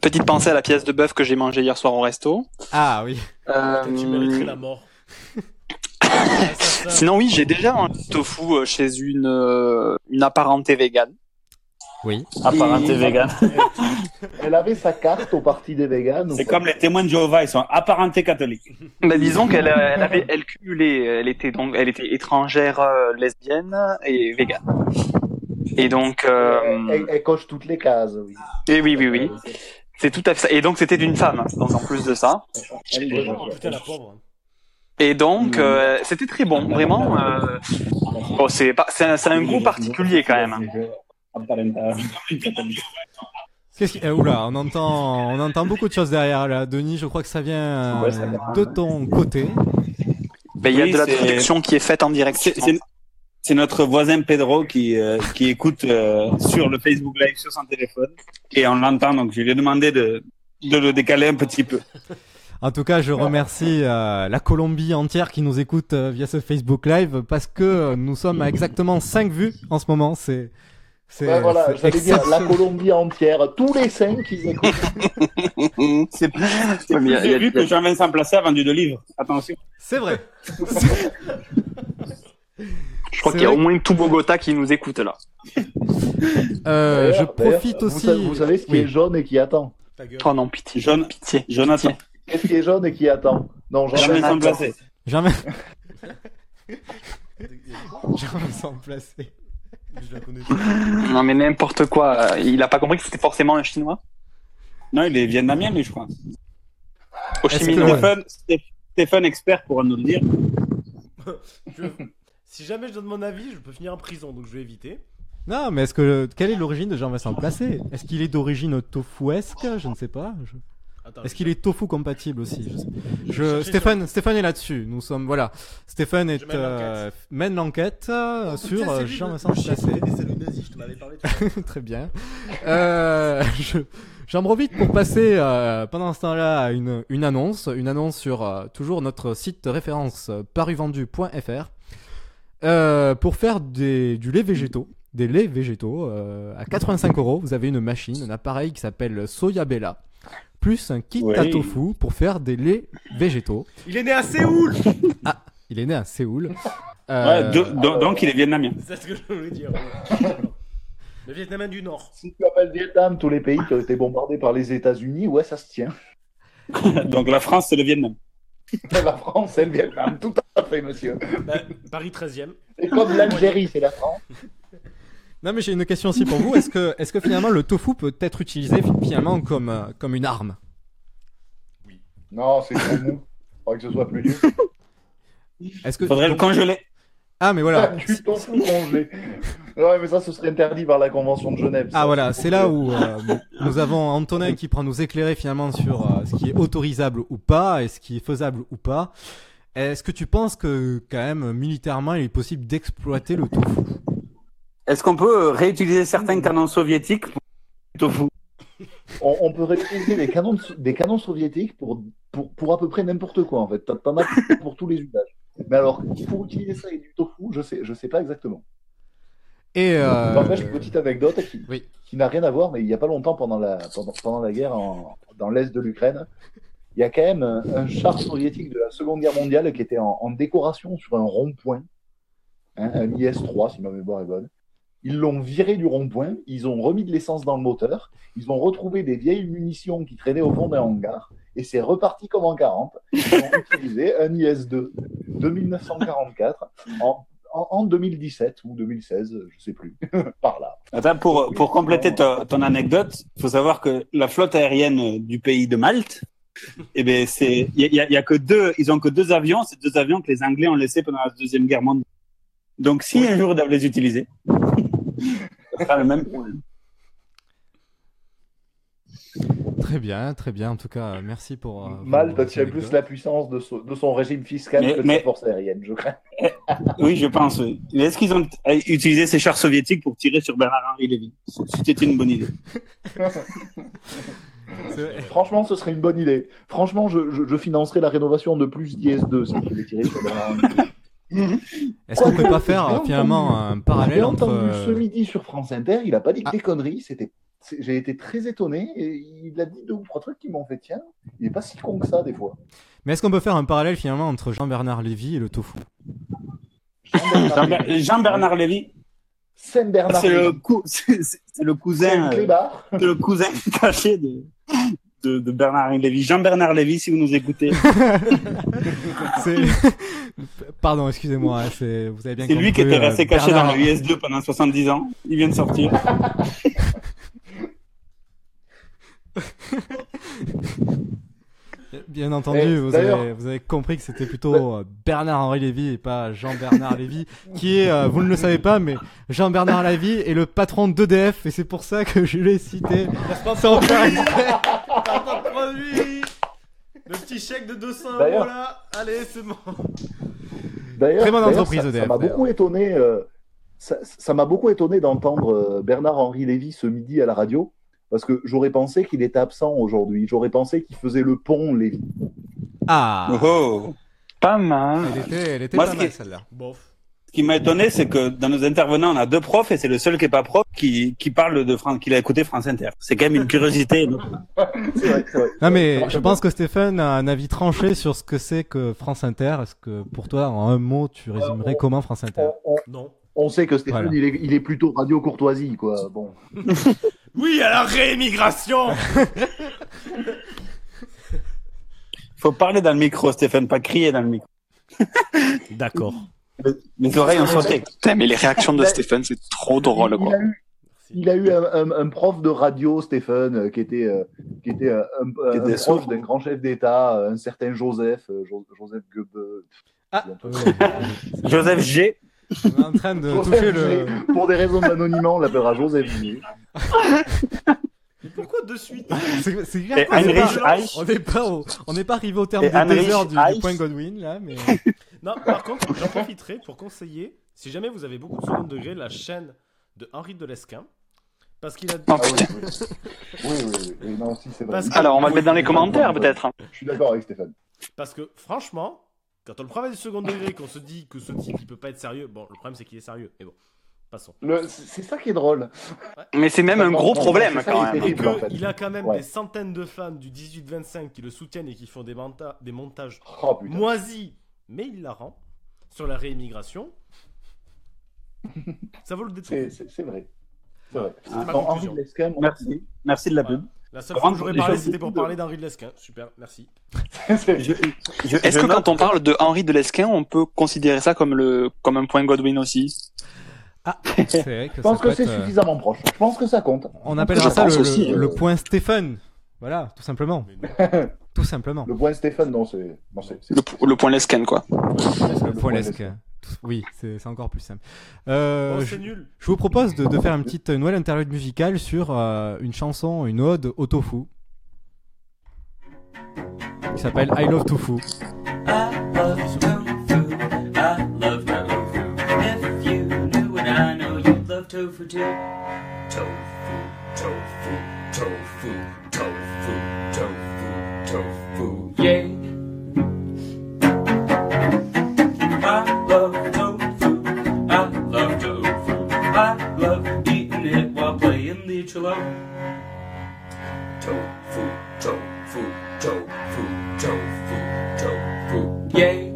Petite pensée à la pièce de bœuf que j'ai mangée hier soir au resto. Ah oui. Euh, Tu mériterais la mort. Ah, Euh, Sinon oui, j'ai déjà mangé du tofu euh, chez une euh, une apparentée végane. Oui. Apparentée végane. Elle avait sa carte au parti des véganes. C'est comme les témoins de Jéhovah, ils sont apparentés catholiques. Bah, disons qu'elle euh, elle avait elle cumulait, euh, elle était donc elle était étrangère euh, lesbienne et végane. Et donc euh, Elle, elle coche toutes les cases, oui. et oui oui oui. C'est tout à fait ça. Et donc c'était d'une femme. Donc en plus de ça. Putain, la pauvre. Et donc, Mm. euh, c'était très bon, vraiment. euh, bon, c'est pas, c'est un, c'est un goût particulier quand même. hein. Qu'est-ce qui- eh, oula, on entend, on entend beaucoup de choses derrière là. Denis, je crois que ça vient euh, Ouais, ça vient. de ton côté. Mais il y a de la traduction qui est faite en direct. C'est- c'est- C'est notre voisin Pedro qui, euh, qui écoute euh, sur le Facebook Live sur son téléphone et on l'entend donc je lui ai demandé de, de le décaler un petit peu. En tout cas, je remercie euh, la Colombie entière qui nous écoute euh, via ce Facebook Live parce que euh, nous sommes à exactement 5 vues en ce moment. C'est c'est Ouais, voilà, c'est j'allais dire la exceptionnel. Colombie entière, tous les cinq ils écoutent. C'est plus (laughs) mais il y a- il y a- j'ai vu que Jean-Vincent Placé a vendu deux livres. Attention. C'est vrai. (laughs) Je crois qu'il y a au moins tout Bogota qui nous écoute là. Euh, je D'ailleurs, profite d'ailleurs, vous aussi. savez- Vous savez ce qui Oui. est jaune et qui attend Oh non, pitié. Jean... Pitié. Jonathan. Qu'est-ce qui est jaune et qui attend Non, j'en Jamais sans placer. (laughs) Jamais. Jamais sans placer. Je la connais. Non mais n'importe quoi. euh, Il a pas compris que c'était forcément un chinois. Non, il est vietnamien lui je crois. Ho Chi Stéphane, Minh. Stéph- Stéphane expert pourra nous le dire. Je- Si jamais je donne mon avis, je peux finir en prison, donc je vais éviter. Non, mais est-ce que quelle est l'origine de Jean-Vincent Placé Est-ce qu'il est d'origine tofuesque Je ne sais pas. Je- Attends, Est-ce qu'il est tofu compatible aussi Je sais- Je- Stéphane, Stéphane est là-dessus. Nous sommes voilà. Stéphane est, euh, mène l'enquête euh, sur euh, Jean-Vincent Placé. je te parlé. (laughs) Très bien. Euh, je- J'en profite pour passer euh, pendant ce temps-là à une, une annonce, une annonce sur euh, toujours notre site de référence euh, paruvendu.fr euh, pour faire des, du lait végétaux. Des laits végétaux euh, à 85 euros. Vous avez une machine, un appareil qui s'appelle Soyabella, plus un kit à Oui. tofu pour faire des laits végétaux. Il est né à Séoul Ah, il est né à Séoul. Euh, Ouais, do- do- donc il est vietnamien. (laughs) (laughs) C'est ce que je voulais dire. Le Vietnamien du Nord. Si tu appelles Vietnam, tous les pays qui ont été bombardés par les États-Unis, ouais, ça se tient. (laughs) donc la France c'est le Vietnam. La France, c'est le Vietnam, tout à fait, monsieur. Bah, Paris 13e. C'est comme l'Algérie, c'est la France. Non mais j'ai une question aussi pour vous. Est-ce que, est-ce que finalement le tofu peut être utilisé finalement comme, euh, comme une arme Non, c'est trop mou. Faudrait que ce soit plus dur. Est-ce que Faudrait le congeler. Ah mais (laughs) voilà. du tofu congelé. Ouais, mais ça, ce serait interdit par la Convention de Genève. Ah ça. voilà, c'est là où euh, nous avons Antonin qui prend nous éclairer finalement sur euh, ce qui est autorisable ou pas et ce qui est faisable ou pas. Est-ce que tu penses que quand même militairement il est possible d'exploiter le tofu Est-ce qu'on peut euh, réutiliser certains canons soviétiques pour du tofu On, on peut réutiliser des canons, de- des canons soviétiques pour, pour, pour à peu près n'importe quoi, en fait. T'en- T'en as pour tous les usages. Mais alors, pour utiliser ça avec du tofu, je sais, je sais pas exactement. Et euh, N'empêche, petite anecdote qui, Oui. qui n'a rien à voir, mais il n'y a pas longtemps pendant la, pendant, pendant la guerre en- dans l'est de l'Ukraine, il y a quand même un, un char soviétique de la Seconde Guerre mondiale qui était en, en décoration sur un rond-point, hein, un IS-3 si ma mémoire est bonne. Ils l'ont viré du rond-point, ils ont remis de l'essence dans le moteur, ils ont retrouvé des vieilles munitions qui traînaient au fond d'un hangar, et c'est reparti comme en 40. Ils ont utilisé un IS-2 de 1944 en, en, en 2017 ou 2016, je sais plus, par là. Attends, pour, pour compléter ton, ton anecdote, il faut savoir que la flotte aérienne du pays de Malte, eh ben c'est il y a, il y a- il y a que deux, ils ont que deux avions, c'est deux avions que les Anglais ont laissés pendant la deuxième guerre mondiale. Donc si un jour ils doivent les utiliser, ce sera le même problème. très bien, très bien. En tout cas, euh, merci pour. euh, Malte vos- tient vos plus anecdotes. la puissance de, so- de son régime fiscal Mais- que de mais- sa force aérienne, je crains. Oui, je pense. oui. Mais Est-ce qu'ils ont euh, utilisé ces chars soviétiques pour tirer sur Bernard-Henri Lévy C'était une bonne idée. Franchement, ce serait une bonne idée. Franchement, je, je, je financerais la rénovation de plus d'IS2 si tu voulais tirer sur Bernard Arnault. Est-ce qu'on peut pas Quoique, faire j'ai euh, finalement entendu- un parallèle j'ai entre entendu euh, Ah. ce midi sur France Inter, il a pas dit que des conneries. C'était, c'est- j'ai été très étonné. Et il a dit deux ou trois trucs qui m'ont fait tiens, il est pas si con que ça (laughs) des fois. Mais est-ce qu'on peut faire un parallèle finalement entre Jean-Bernard Lévy et (laughs) le tofu Jean-Ber- Jean-Bernard Lévy, Saint Bernard. c'est le, cou- c'est- c'est- c'est le cousin, C'est euh, Clébard. c'est le cousin caché de, de, de Bernard Lévy. Jean-Bernard Lévy, si vous nous écoutez, C'est- (laughs) Pardon, excusez-moi, hein, c'est- vous avez bien c'est lui qui compris, était euh, resté caché Bernard- dans le US2 pendant 70 ans. Il vient de sortir. Bien entendu, Eh, vous, d'ailleurs- Bah- avez, vous avez compris que c'était plutôt euh, Bernard-Henri Lévy et pas Jean-Bernard Lévy, qui est, euh, vous ne le savez pas, mais Jean-Bernard Lévy est le patron d'EDF, et c'est pour ça que je l'ai cité (laughs) sans faire exprès. Pas de produit Le petit chèque de 200 euros D'ailleurs- là Allez, c'est bon D'ailleurs, Très bonne d'ailleurs, entreprise, ça- EDF, Ça m'a d'ailleurs. beaucoup étonné. euh, ça ça m'a beaucoup étonné d'entendre euh, Bernard-Henri Lévy ce midi à la radio, parce que j'aurais pensé qu'il était absent aujourd'hui. J'aurais pensé qu'il faisait le pont Lévy. Ah Oh. Pas mal. Elle était, elle était Moi, pas ce mal qui- celle-là. Ce qui m'a étonné, c'est que dans nos intervenants, on a deux profs et c'est le seul qui est pas prof qui, qui parle de France, qu'il a écouté France Inter. C'est quand même une curiosité. non Non mais je pense que Stéphane a un avis tranché sur ce que c'est que France Inter. Est-ce que pour toi, en un mot, tu résumerais Euh, comment France Inter Non. On sait que Stéphane, Voilà. il, est, il est plutôt radio courtoisie, quoi. Bon. Oui, à la réémigration Faut parler dans le micro, Stéphane, pas crier dans le micro. D'accord. Mes oreilles ont sauté. Putain, mais les réactions de (laughs) Il a- Stéphane, c'est trop drôle, quoi. Il a eu, il a eu un, un- un prof de radio, Stéphane, euh, qui était, euh, qui était euh, un, un était prof sourd. d'un grand chef d'État, euh, un certain Joseph, euh, Jo- Joseph Goebbels. Joseph G. On est Euh, en train de Joseph toucher Euh, le. G. (laughs) Pour des raisons d'anonymat, on l'appellera Joseph G. Pourquoi de suite C'est c'est Et clair qu'on n'est Heinrich pas- Heich. on n'est pas, au- on n'est pas arrivé au terme Et des deux Heinrich heures du, du Heich. point Godwin là, mais. Non, par contre, j'en profiterai pour conseiller, si jamais vous avez beaucoup de second degré, la chaîne de Henri Delesquin. Parce qu'il a. Oh, Ah putain. Oui, oui, oui, oui, non, si, c'est vrai. Parce que- Alors, on va le mettre dans les commentaires, peut-être. Je suis d'accord avec Stéphane. Parce que franchement, quand on le prend avec du second degré, qu'on se dit que ce type il peut pas être sérieux, bon, le problème c'est qu'il est sérieux, mais bon, passons. Le- C'est ça qui est drôle. Mais c'est même un gros problème, C'est ça qui quand est même. terrible, ben, en fait. Il a quand même Ouais. des centaines de fans du 18-25 qui le soutiennent et qui font des, monta- des montages Oh, putain. moisis, mais il la rend sur la (laughs) réémigration. Ça vaut le détour. C'est- C'est c'est vrai. C'est vrai. C'était ma Bon, conclusion. Henri Lescam, on- (laughs) Merci. Merci de la pub. La seule fois que j'aurais Les parlé, gens- c'était pour parler d'Henri de Lesquin. Super, merci. Est-ce que quand on parle de Henri de Lesquin, on peut considérer ça comme le comme un point Godwin aussi C'est vrai que Je ça pense peut que c'est être, euh, suffisamment proche. Je pense que ça compte. On appellera Je ça pense le, aussi, le- euh, le point Stéphane. Voilà, tout simplement. tout simplement. Le point Stéphane, non, c'est. non, c'est- c'est- Le point Lesquin, quoi. Le point Lesque. Tout- Oui, c'est c'est encore plus simple. Euh, Oh, je, c'est nul. je vous propose de, de faire une petite nouvelle interlude musicale sur euh, une chanson, une ode au tofu. Qui s'appelle I Love Tofu. I love tofu. If you knew what I know, you'd love tofu too. Tofu, tofu, tofu, tofu, tofu, tofu. Yeah. I love tofu. I love tofu. I alone. Tofu, tofu, tofu, tofu, tofu. Yay!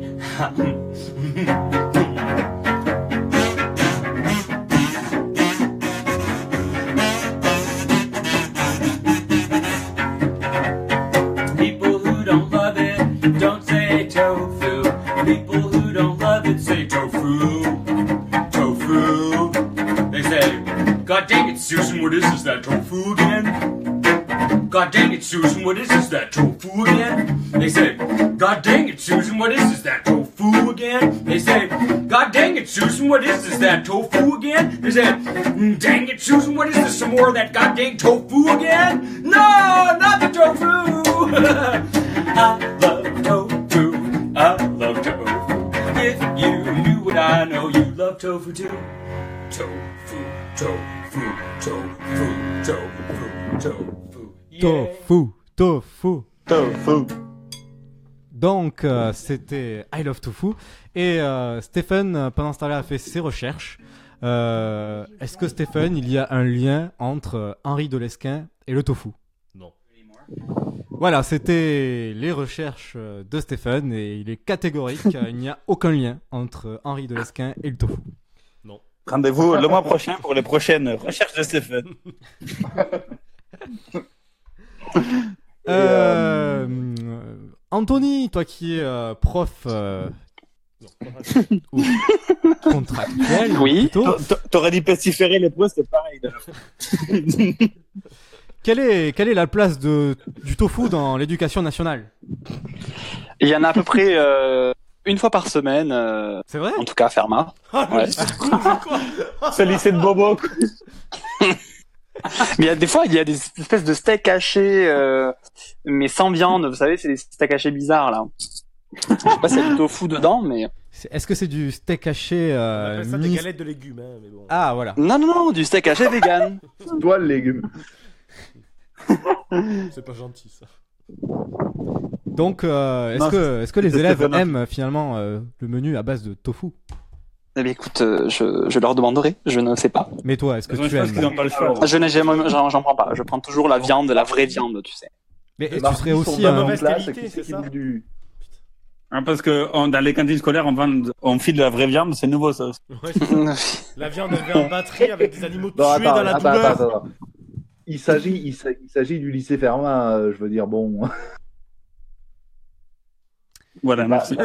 People who don't love it don't say tofu. People who don't love it say tofu. Tofu. They say, God dang it, Susan, what is this, that tofu again? God dang it, Susan, what is this, that tofu again? They say, God dang it, Susan, what is this, that tofu again? They say, God dang it, Susan, what is this, that tofu again? They say, "Mm, dang it, Susan, what is this, some more of that God dang tofu again? No, not the tofu! (laughs) I love tofu, I love tofu. If you knew what I know, you'd love tofu too. Tofu, tofu, tofu, tofu, tofu. Tofu, tofu. Tofu. Donc, euh, c'était I Love Tofu. Et euh, Stephen, euh, pendant ce temps-là, a fait ses recherches. Euh, Est-ce que Stephen, il y a un lien entre euh, Henri de Lesquin et le tofu Non. Voilà, c'était les recherches euh, de Stephen et il est catégorique. euh, il n'y a aucun lien entre euh, Henri de Lesquin et le tofu. Rendez-vous le mois prochain pour les prochaines recherches de Stéphane. Euh, Anthony, toi qui es euh, prof euh, ou contractuel, Oui. plutôt, T'a- T'aurais dit pestiférer les poids, c'est pareil. quelle est, quelle est la place de, du tofu dans l'éducation nationale Il y en a à peu près euh, une fois par semaine. euh, c'est vrai En tout cas, à Fermat. Ouais. C'est le lycée de Bobo. mais il y a des fois, il y a des espèces de steaks hachés, euh, mais sans viande. Vous savez, c'est des steaks hachés bizarres, là. Je sais pas s'il y a du tofu dedans, mais... C'est- Est-ce que c'est du steak haché euh, Ça, des mis- galettes de légumes, hein, mais bon. Ah, voilà. Non, non, non, du steak haché vegan. Toi, le légume. C'est pas gentil, ça. (laughs) Donc, euh, est-ce Non, que, est-ce que les c'est élèves Stéphane. aiment finalement euh, le menu à base de tofu Eh bien, écoute, euh, je, je leur demanderai. Je ne sais pas. Mais toi, est-ce que tu aimes Je n'ai jamais, j'en j'en prends pas. Je prends toujours la viande, la vraie viande, tu sais. Mais tu serais aussi un- c'est ça Hein, parce que on- dans les cantines scolaires, on, vend, on file de la vraie viande, c'est nouveau ça. La viande élevée en batterie avec des animaux tués Non, attends, dans la attends, douleur. attends, attends. Il s'agit, il s'a- il s'agit du lycée Fermat, euh, je veux dire, bon. Bah, Voilà, merci.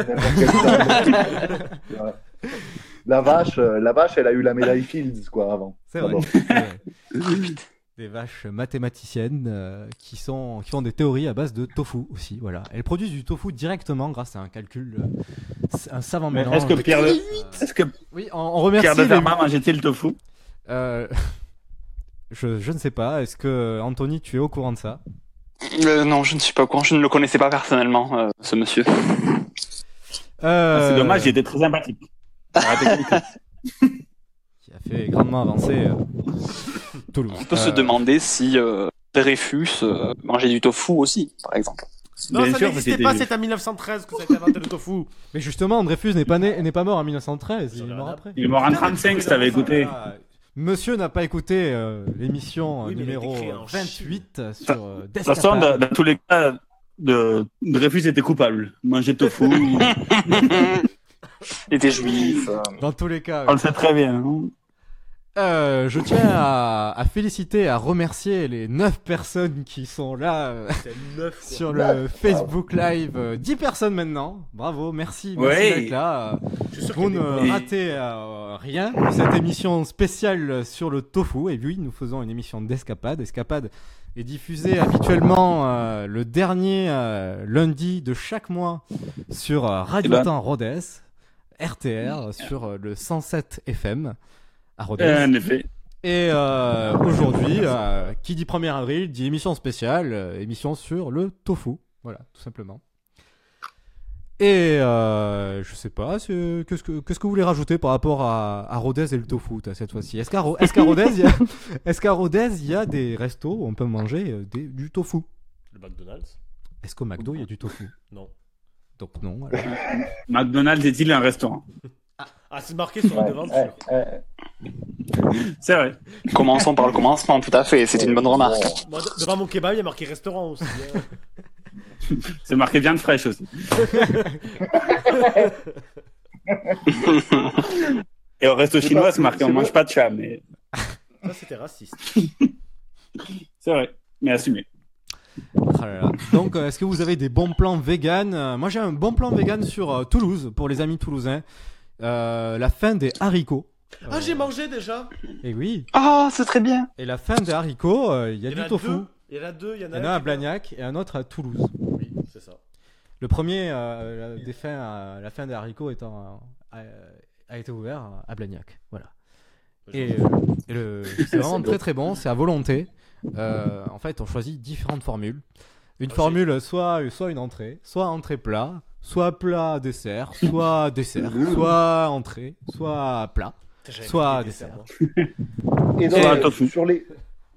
(laughs) la vache, euh, la vache, elle a eu la médaille Fields, quoi, avant. C'est vrai. Pardon. c'est vrai. Des vaches mathématiciennes euh, qui, sont, qui font des théories à base de tofu aussi. Voilà. Elles produisent du tofu directement grâce à un calcul, euh, un savant Mais mélange. Est-ce que de Pierre de, calcul. est-ce que Oui, on, on remercie Pierre de les- Fermat mangeait-il le tofu Euh, je, je ne sais pas. Est-ce que Anthony, tu es au courant de ça (laughs) Euh, non, je ne suis pas au courant. Je ne le connaissais pas personnellement, euh, ce monsieur. Ah, Euh, C'est dommage, il était très sympathique. Ah. Qui a fait grandement avancer euh, Toulouse. On peut se Euh, demander si euh, Dreyfus euh, mangeait du tofu aussi, par exemple. Non, ça n'existait pas, c'est à 1913 que ça a été inventé le tofu. Mais justement, Dreyfus n'est pas né, n'est pas mort en 1913. Il est mort après. Il est mort en 35, si t'avais écouté. Monsieur n'a pas écouté euh, l'émission euh, Oui, mais il a été numéro créé en 28 euh, sur euh, De toute Descapade. façon, dans, dans tous les cas, de, Dreyfus était coupable. Manger (laughs) tofu. il était juif. euh. Dans tous les cas. On le sait très bien. hein. Euh, je tiens à, à féliciter, à remercier les 9 personnes qui sont là euh, sur le Bah, Facebook Live. euh, 10 personnes maintenant. Bravo, merci, merci Ouais. d'être là. euh, sûr Vous qu'il y a ne des- ratez euh, rien de cette émission spéciale sur le tofu. Et oui, nous faisons une émission d'escapade. Escapade est diffusée habituellement euh, le dernier euh, lundi de chaque mois sur euh, Radio Eh ben. Temps Rodez, RTR, sur euh, le 107 FM à Rodez. Euh, en effet. Et euh, aujourd'hui, euh, qui dit 1er avril dit émission spéciale, euh, émission sur le tofu. Voilà, tout simplement. Et euh, je sais pas, c'est- qu'est-ce que, qu'est-ce que vous voulez rajouter par rapport à, à Rodez et le tofu t'as, cette fois-ci Est-ce qu'à, Ro- est-ce qu'à Rodez, il y a, est-ce qu'à Rodez, il y a des restos où on peut manger euh, des- du tofu Le McDonald's Est-ce qu'au McDo, il y a du tofu Non. Donc non. alors. McDonald's est-il un restaurant Ah, c'est marqué sur la devanture. C'est vrai. Commençons par le commencement, tout à fait. C'est une bonne remarque. Moi, de- devant mon kebab, il y a marqué restaurant aussi. hein. C'est marqué viande fraîche (laughs) aussi. Et au resto chinois, c'est marqué on mange pas de chat, mais Ça, c'était raciste. c'est vrai. Mais assumé. Oh là là. Donc, euh, est-ce que vous avez des bons plans vegan Euh, Moi, j'ai un bon plan vegan sur euh, Toulouse, pour les amis toulousains. Euh, la fin des haricots. Ah, j'ai mangé déjà. Et oui. Ah, c'est très bien. Et la fin des haricots, euh, il y a Il y en du a tofu. deux. Il y en a deux. Il y en Il a, y en a un à Blagnac et un autre à Toulouse. Oui, c'est ça. Le premier euh, la- des fins, euh, la fin des haricots étant, euh, a, a été ouvert à Blagnac. Voilà. Et, euh, et le- c'est vraiment C'est très beau. très bon, c'est à volonté. Euh, en fait, on choisit différentes formules. Une formule, soit, soit une entrée, soit entrée plat, soit plat dessert, (laughs) soit dessert, soit entrée, soit plat, J'avais soit dessert. Et donc, Et- euh, sur les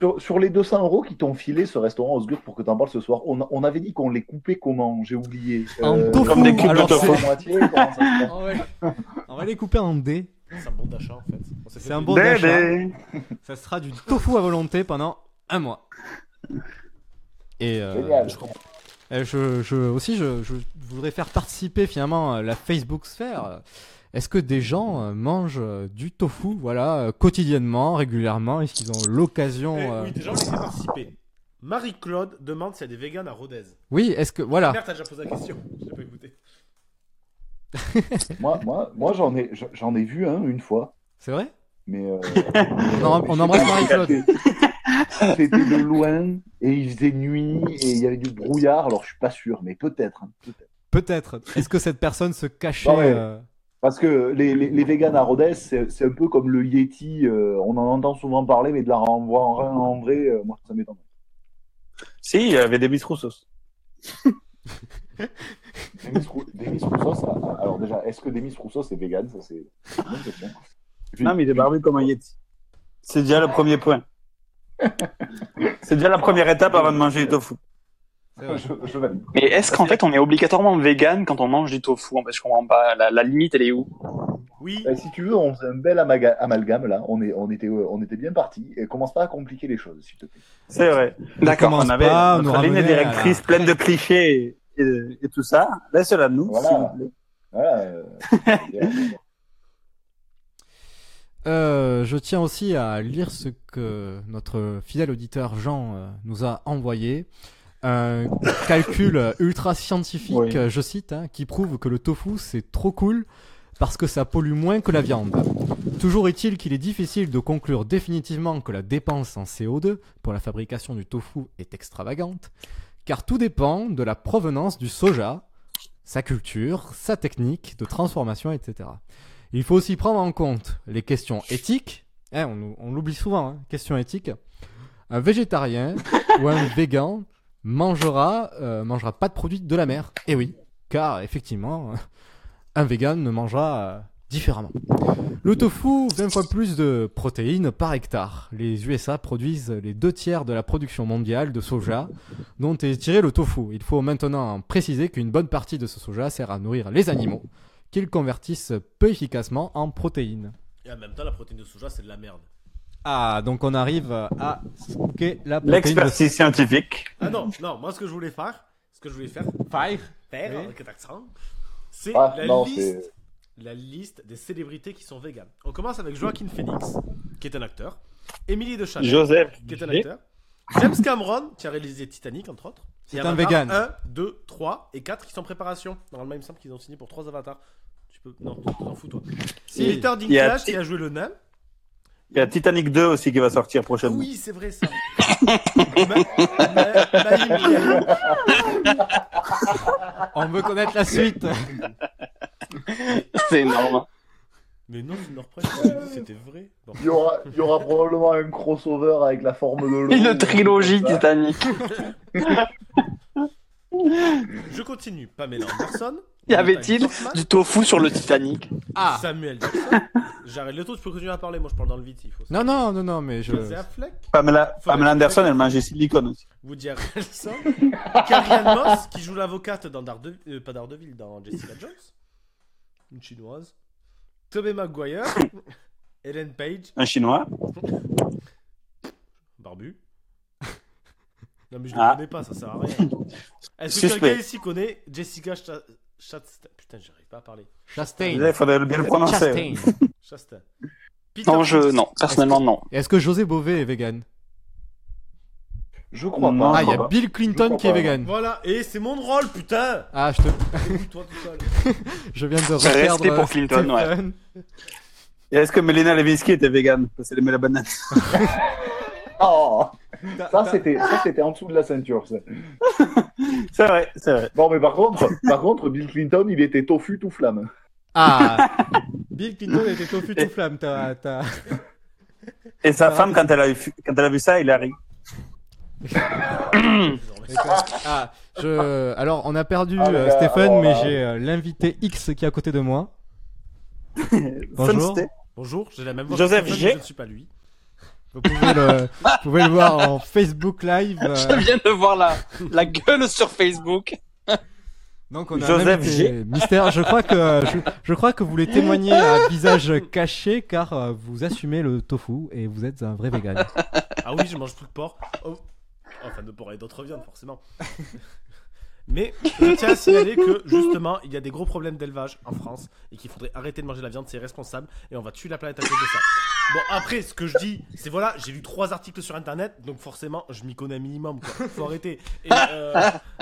sur, sur les 200 euros qui t'ont filé ce restaurant Osgur pour que t'en parles ce soir, on, a- on avait dit qu'on les coupait comment J'ai oublié. Euh, En tofu, Comme des cubes de alors tofu. à moitié, comment ça se passe Ah ouais. On va les couper en dés. hein. C'est un bon d'achat en fait. On s'est C'est fait un des- Eh, bon Dés, d'achat. dés. Ça sera du tofu à volonté pendant un mois. Et euh, Génial. je comprends. Euh, je, je- aussi, je, je voudrais faire participer finalement euh, la Facebook sphère. Est-ce que des gens euh, mangent euh, du tofu, voilà, euh, quotidiennement, régulièrement Est-ce qu'ils ont l'occasion Eh euh, Oui, déjà, on les fait participer. Marie-Claude demande s'il y a des végans à Rodez. Oui, est-ce que voilà Merde, t'as déjà posé la question. Je l'ai pas écouté. Moi, moi, moi j'en ai, j'en ai vu un une fois. C'est vrai Mais euh, (laughs) On em- on embrasse Marie-Claude. (laughs) C'était de loin et il faisait nuit et il y avait du brouillard. Alors je suis pas sûr, mais peut-être. hein, peut-être. Peut-être. Est-ce que cette personne se cachait Non, mais- euh, Parce que les, les, les véganes à Rodez, c'est c'est un peu comme le Yeti. euh, on en entend souvent parler, mais de la renvoi en, en, en vrai, euh, moi ça m'étonne. Si, il y avait des Miss Roussos. Demis, Rou- Demis Roussos, ça- alors déjà, est-ce que Demis Roussos est vegan Ça, c'est c'est une bonne question. Non, mais il est barbu comme un Yeti. C'est déjà le premier point. (laughs) C'est déjà la première étape avant de manger du tofu. Je, je valide. Mais est-ce qu'en fait on est obligatoirement vegan quand on mange du tofu En fait, je comprends pas. La, la limite, elle est où (laughs) Oui. Eh, si tu veux, on faisait un bel amaga- amalgame là. On, est, on, était, on était bien parti. Et commence pas à compliquer les choses, s'il te plaît. C'est vrai. D'accord, on commence avait pas à nous notre ligne ramener à la- directrice pleine de clichés et, et- et tout ça. Laisse-la nous, s'il vous plaît. Voilà. euh, Euh, je tiens aussi à lire ce que notre fidèle auditeur Jean euh, nous a envoyé. Un calcul euh, ultra scientifique, Oui. euh, je cite, hein, qui prouve que le tofu c'est trop cool parce que ça pollue moins que la viande. Toujours est-il qu'il est difficile de conclure définitivement que la dépense en CO2 pour la fabrication du tofu est extravagante, car tout dépend de la provenance du soja, sa culture, sa technique de transformation, etc. Il faut aussi prendre en compte les questions éthiques. Hein, on nous- on l'oublie souvent, hein, questions éthiques. Un végétarien ou un végan mangera, euh, mangera pas de produits de la mer. Et oui, car effectivement, euh, un végan ne mangera euh, différemment. Le tofu, 20 fois plus de protéines par hectare. Les USA produisent les deux tiers de la production mondiale de soja dont est tiré le tofu. Il faut maintenant préciser qu'une bonne partie de ce soja sert à nourrir les animaux qu'ils convertissent peu efficacement en protéines. Et en même temps, la protéine de soja, c'est de la merde. Ah, donc on arrive à ce qu'est la protéine. de- L'expertise scientifique. Ah non, non, moi, ce que je voulais faire, ce que je voulais faire, faire, avec un accent, c'est Ah, la, non, liste, la liste des célébrités qui sont véganes. On commence avec Joaquin Phoenix, qui est un acteur, Émilie de Chanel, Joseph qui est un Gillet. acteur, James Cameron, qui a réalisé Titanic, entre autres. C'est Et un Avatar vegan. 1, 2, 3 et 4 qui sont en préparation. Normalement, il me semble qu'ils ont signé pour 3 avatars. Tu peux... Non, tu t'en fous, toi. Si. Peter Il y a Dinklage, Ti- qui a joué le nain. Il y a Titanic 2 aussi qui va sortir prochainement. Oui, c'est vrai ça. Ma- ma- Maïm Diallo. On veut connaître (laughs) la suite. C'est énorme. Mais non, c'est Norpress, c'était- c'était vrai. Bon. Il y, aura, il y aura probablement un crossover avec la (laughs) forme de l'eau. Une trilogie Comme ça. Titanic. Je continue. Pamela Anderson. Y avait-il Nathan Dorfman, du tofu sur le Titanic Ah. Samuel Jackson. (laughs) J'arrête le tour, tu peux continuer à parler. Moi, je parle dans le vide. Il faut... Non, non, non, non, mais je. José Affleck, Pamela, Pamela Anderson, elle mange du silicone aussi. Woody Harrelson, Carrie Anne Moss, qui joue l'avocate dans Darede- euh, (laughs) (laughs) pas Daredevil, dans Jessica Jones. Une chinoise. Tobey Maguire. Ellen Page. Un chinois. Barbu. Non, mais je ne Ah. connais pas, ça sert à rien. Est-ce que Suspect. quelqu'un ici connaît Jessica Cha- Chastain Putain, j'arrive pas à parler. Chastain. Il faudrait bien le prononcer. Chastain. Chastain. Non, je, non, personnellement, non. Est-ce que José Bové est vegan Je crois pas. Ah, il Je y crois a pas. Bill Clinton qui est vegan. Voilà, et c'est mon rôle, putain Ah, je te. Écoute-toi tout seul. je viens de C'est reperdre. resté euh, pour (laughs) Clinton, Stephen. ouais. Et est-ce que Melina Levinsky était végane Parce qu'elle aimait la banane. Oh ça c'était ça c'était en dessous de la ceinture ça. (laughs) c'est vrai, c'est vrai. Bon mais par contre, par contre Bill Clinton, il était tofu tout flamme. Ah (laughs) Bill Clinton était tofu tout flamme, hein, t'as. t'as- Et sa femme, quand elle, a vu, quand elle a vu ça, elle a ri. D'accord. Ah, je... Alors, on a perdu Ah, euh, là, Stéphane, alors mais là. j'ai euh, l'invité X qui est à côté de moi. Bonjour. Bonjour. Bonjour, j'ai la même voix Joseph que Stéphane, G. mais Je ne suis pas lui. Vous pouvez, le... vous pouvez le voir en (laughs) Facebook Live. euh, Je viens de voir la, la gueule sur Facebook. Donc on a Joseph même G. des mystères. Je crois que je, je crois que vous voulez (laughs) témoigner à visage caché car euh, vous assumez le tofu et vous êtes un vrai vegan. Ah oui, je mange plus de porc. Oh. Enfin, de porc et d'autres viandes, forcément. Mais je tiens à signaler que, justement, il y a des gros problèmes d'élevage en France et qu'il faudrait arrêter de manger de la viande, c'est irresponsable et on va tuer la planète à cause de ça. Bon, après, ce que je dis, c'est voilà, j'ai lu trois articles sur internet, donc forcément, je m'y connais un minimum, quoi. Faut arrêter. Et euh,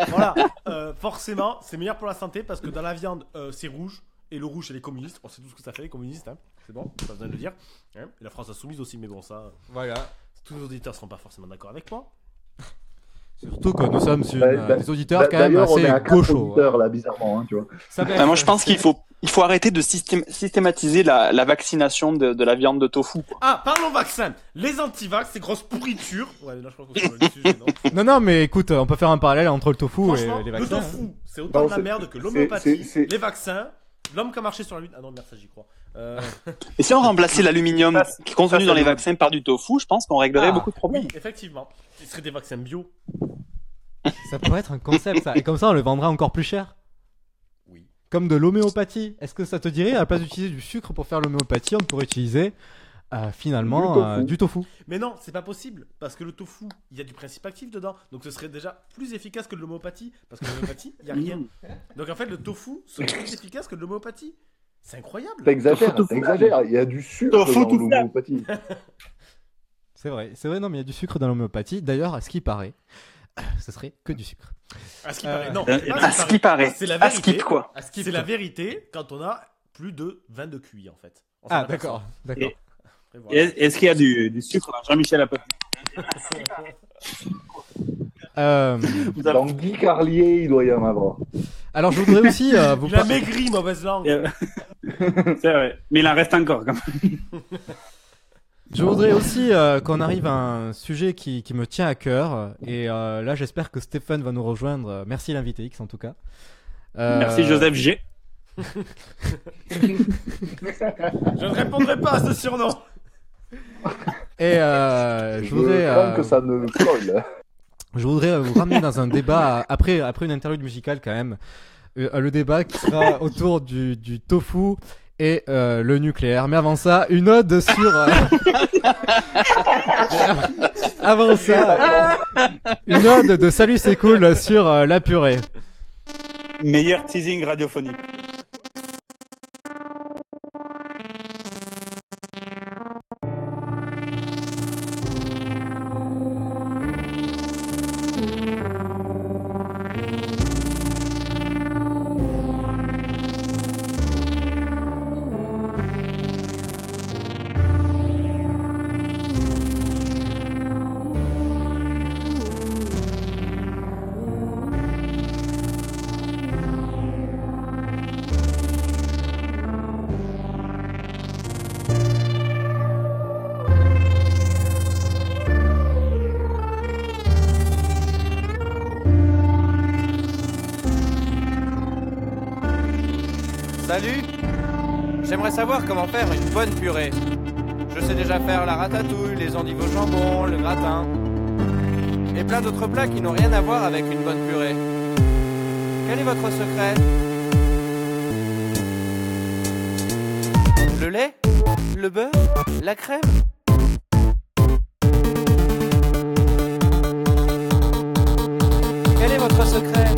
voilà, euh, forcément, c'est meilleur pour la santé parce que dans la viande, euh, c'est rouge. Et le rouge, c'est les communistes. On sait tout ce que ça fait, les communistes. hein. C'est bon, pas besoin de le dire. Hein. Et la France insoumise aussi, mais bon, ça. euh, Voilà. Tous nos auditeurs seront pas forcément d'accord avec moi. Surtout que nous sommes sur Bah, euh, bah, des auditeurs bah, quand même d'ailleurs, on est assez à quatre gauchos. auditeurs, là bizarrement hein, tu vois. Ah, moi, je pense euh, qu'il faut, il faut arrêter de systém- systématiser la, la vaccination de, de la viande de tofu. quoi. Ah, parlons vaccin. Les anti-vax, ces grosses pourritures. Ouais, mais là, je pense qu'on est sur le sujet, non Non non mais écoute, on peut faire un parallèle entre le tofu et Franchement, les le vaccins. hein. tofu, c'est autant Bah, Non, de la c'est- merde que c'est- l'homéopathie, c'est- c'est- les vaccins, l'homme qui a marché sur la lune. Ah non, merde, ça, j'y crois. Euh, Et si on remplaçait l'aluminium qui est contenu dans les vaccins par du tofu, je pense qu'on réglerait ah, Oh, beaucoup de problèmes. Oui, effectivement. Ce serait des vaccins bio. Ça pourrait être un concept ça. Et comme ça on le vendra encore plus cher. Oui. Comme de l'homéopathie. Est-ce que ça te dirait à la place d'utiliser du sucre pour faire l'homéopathie, on pourrait utiliser euh, finalement Du euh, tofu. du tofu. Mais non, c'est pas possible. Parce que le tofu, il y a du principe actif dedans. Donc ce serait déjà plus efficace que de l'homéopathie. Parce que l'homéopathie, il y a Mm. rien. Donc en fait, le tofu serait plus efficace que de l'homéopathie. C'est incroyable. Bah, T'exagères, t'exagères, il y a du sucre Tofu dans tout (laughs) flamme. l'homéopathie. C'est vrai, c'est vrai, non, mais il y a du sucre dans l'homéopathie. D'ailleurs, à ce qui paraît, (coughs) ce serait que du sucre. À ce qui Euh, paraît, non. euh, c'est pas à ce qui paraît. C'est la À vérité. skip, quoi. À skip, C'est la quoi. vérité quand on a plus de 20 de QI en fait. On s'en Ah, aperçoit. d'accord, d'accord. Après, Et voilà. Est-ce est-ce qu'il y a du, du sucre dans Jean-Michel Apathy Euh, Dans Guy Carlier, il doit y en avoir. Alors, je voudrais aussi euh, vous Il a par- maigri, mauvaise langue. euh, (laughs) C'est vrai. Mais il en reste encore quand même. Je voudrais aussi euh, qu'on arrive à un sujet qui, qui me tient à cœur. Et euh, là, j'espère que Stéphane va nous rejoindre. Merci l'invité X en tout cas. Euh, Merci Joseph G. Je ne répondrai pas à ce surnom. Et euh, je voudrais. crains euh, que ça ne (laughs) colle. Je voudrais euh, vous ramener dans un débat euh, après après une interlude musicale quand même. Euh, euh, le débat qui sera autour du, du tofu et euh, le nucléaire. Mais avant ça, une ode sur. euh, (laughs) avant ça, une ode de Salut c'est cool sur euh, la purée. Meilleur teasing radiophonique. Salut J'aimerais savoir comment faire une bonne purée. Je sais déjà faire la ratatouille, les endives au jambon, le gratin. Et plein d'autres plats qui n'ont rien à voir avec une bonne purée. Quel est votre secret Le lait le beurre, la crème. Quel est votre secret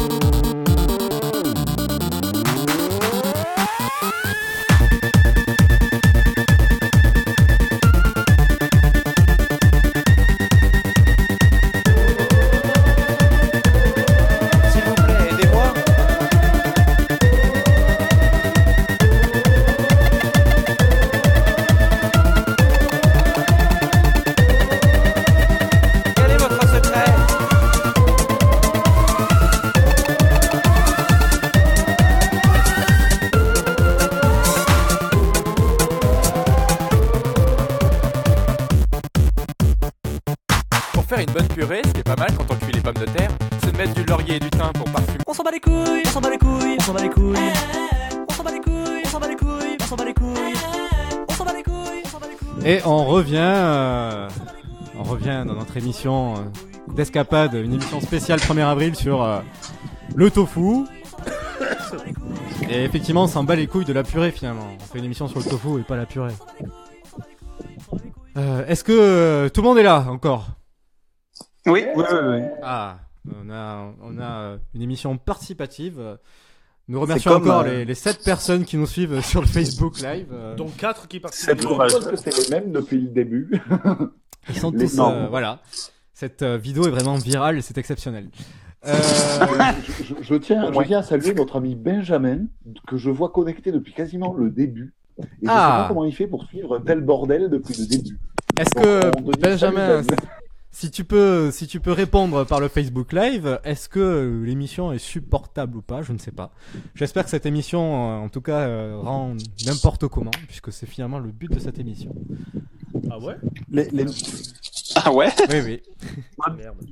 S'il vous plaît, aidez-moi. Quel est votre secret Pour faire une bonne purée, ce qui est pas mal quand on cuit les pommes de terre, c'est de mettre du laurier et du thym pour parfumer. On s'en bat les couilles, on s'en bat les couilles, on s'en bat les couilles. On s'en bat les couilles, on s'en bat les couilles, on s'en bat les couilles. On s'en bat les couilles, on s'en bat les couilles. Et on revient, euh, on revient dans notre émission euh, d'escapade, une émission spéciale 1er avril sur euh, le tofu. Et effectivement, on s'en bat les couilles de la purée finalement. On fait une émission sur le tofu et pas la purée. Euh, Est-ce que euh, tout le monde est là encore Oui, oui, oui, oui. Ah, on a, on a euh, une émission participative. Euh, Nous C'est remercions comme, encore euh, les, les 7 personnes qui nous suivent euh, sur le Facebook Live. euh, Dont 4 qui participent. Je suppose que c'est les mêmes depuis le début. Ils sont Les tous. normes. euh, voilà. Cette euh, vidéo est vraiment virale et c'est exceptionnel. Euh, (laughs) je, je- je tiens, je tiens à saluer notre ami Benjamin, que je vois connecté depuis quasiment le début. Et je Ah. sais pas comment il fait pour suivre un tel bordel depuis le début. Est-ce Donc, on que devine- Benjamin, Salut, Ben. si tu peux, si tu peux répondre par le Facebook Live, est-ce que euh, l'émission est supportable ou pas Je ne sais pas. J'espère que cette émission, euh, en tout cas, euh, rend n'importe comment, puisque c'est finalement le but de cette émission. Ah ouais Ah ouais Oui, oui. (laughs)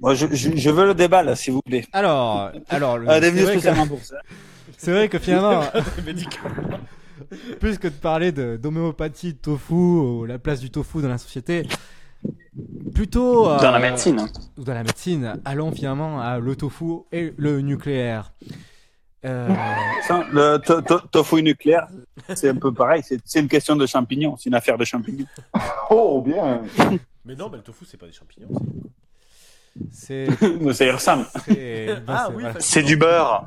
Moi, je, je, je veux le débat, là, s'il vous plaît. Alors, alors, le- Ah, elle est venue c'est vrai que- spécialement pour ça. C'est vrai que finalement, (laughs) Des médicaments. plus que de parler de- d'homéopathie, de tofu, ou la place du tofu dans la société, plutôt euh, Dans la hein. médecine. ou Dans la médecine, allons finalement à le tofu et le nucléaire. Euh, Ça, le to- to- tofu nucléaire, c'est un peu pareil. C'est c'est une question de champignons. C'est une affaire de champignons. Oh, bien Mais non, mais le tofu, c'est pas des champignons. c'est. (laughs) Ça y ressemble. (laughs) C'est- Ah oui, voilà. C'est du beurre.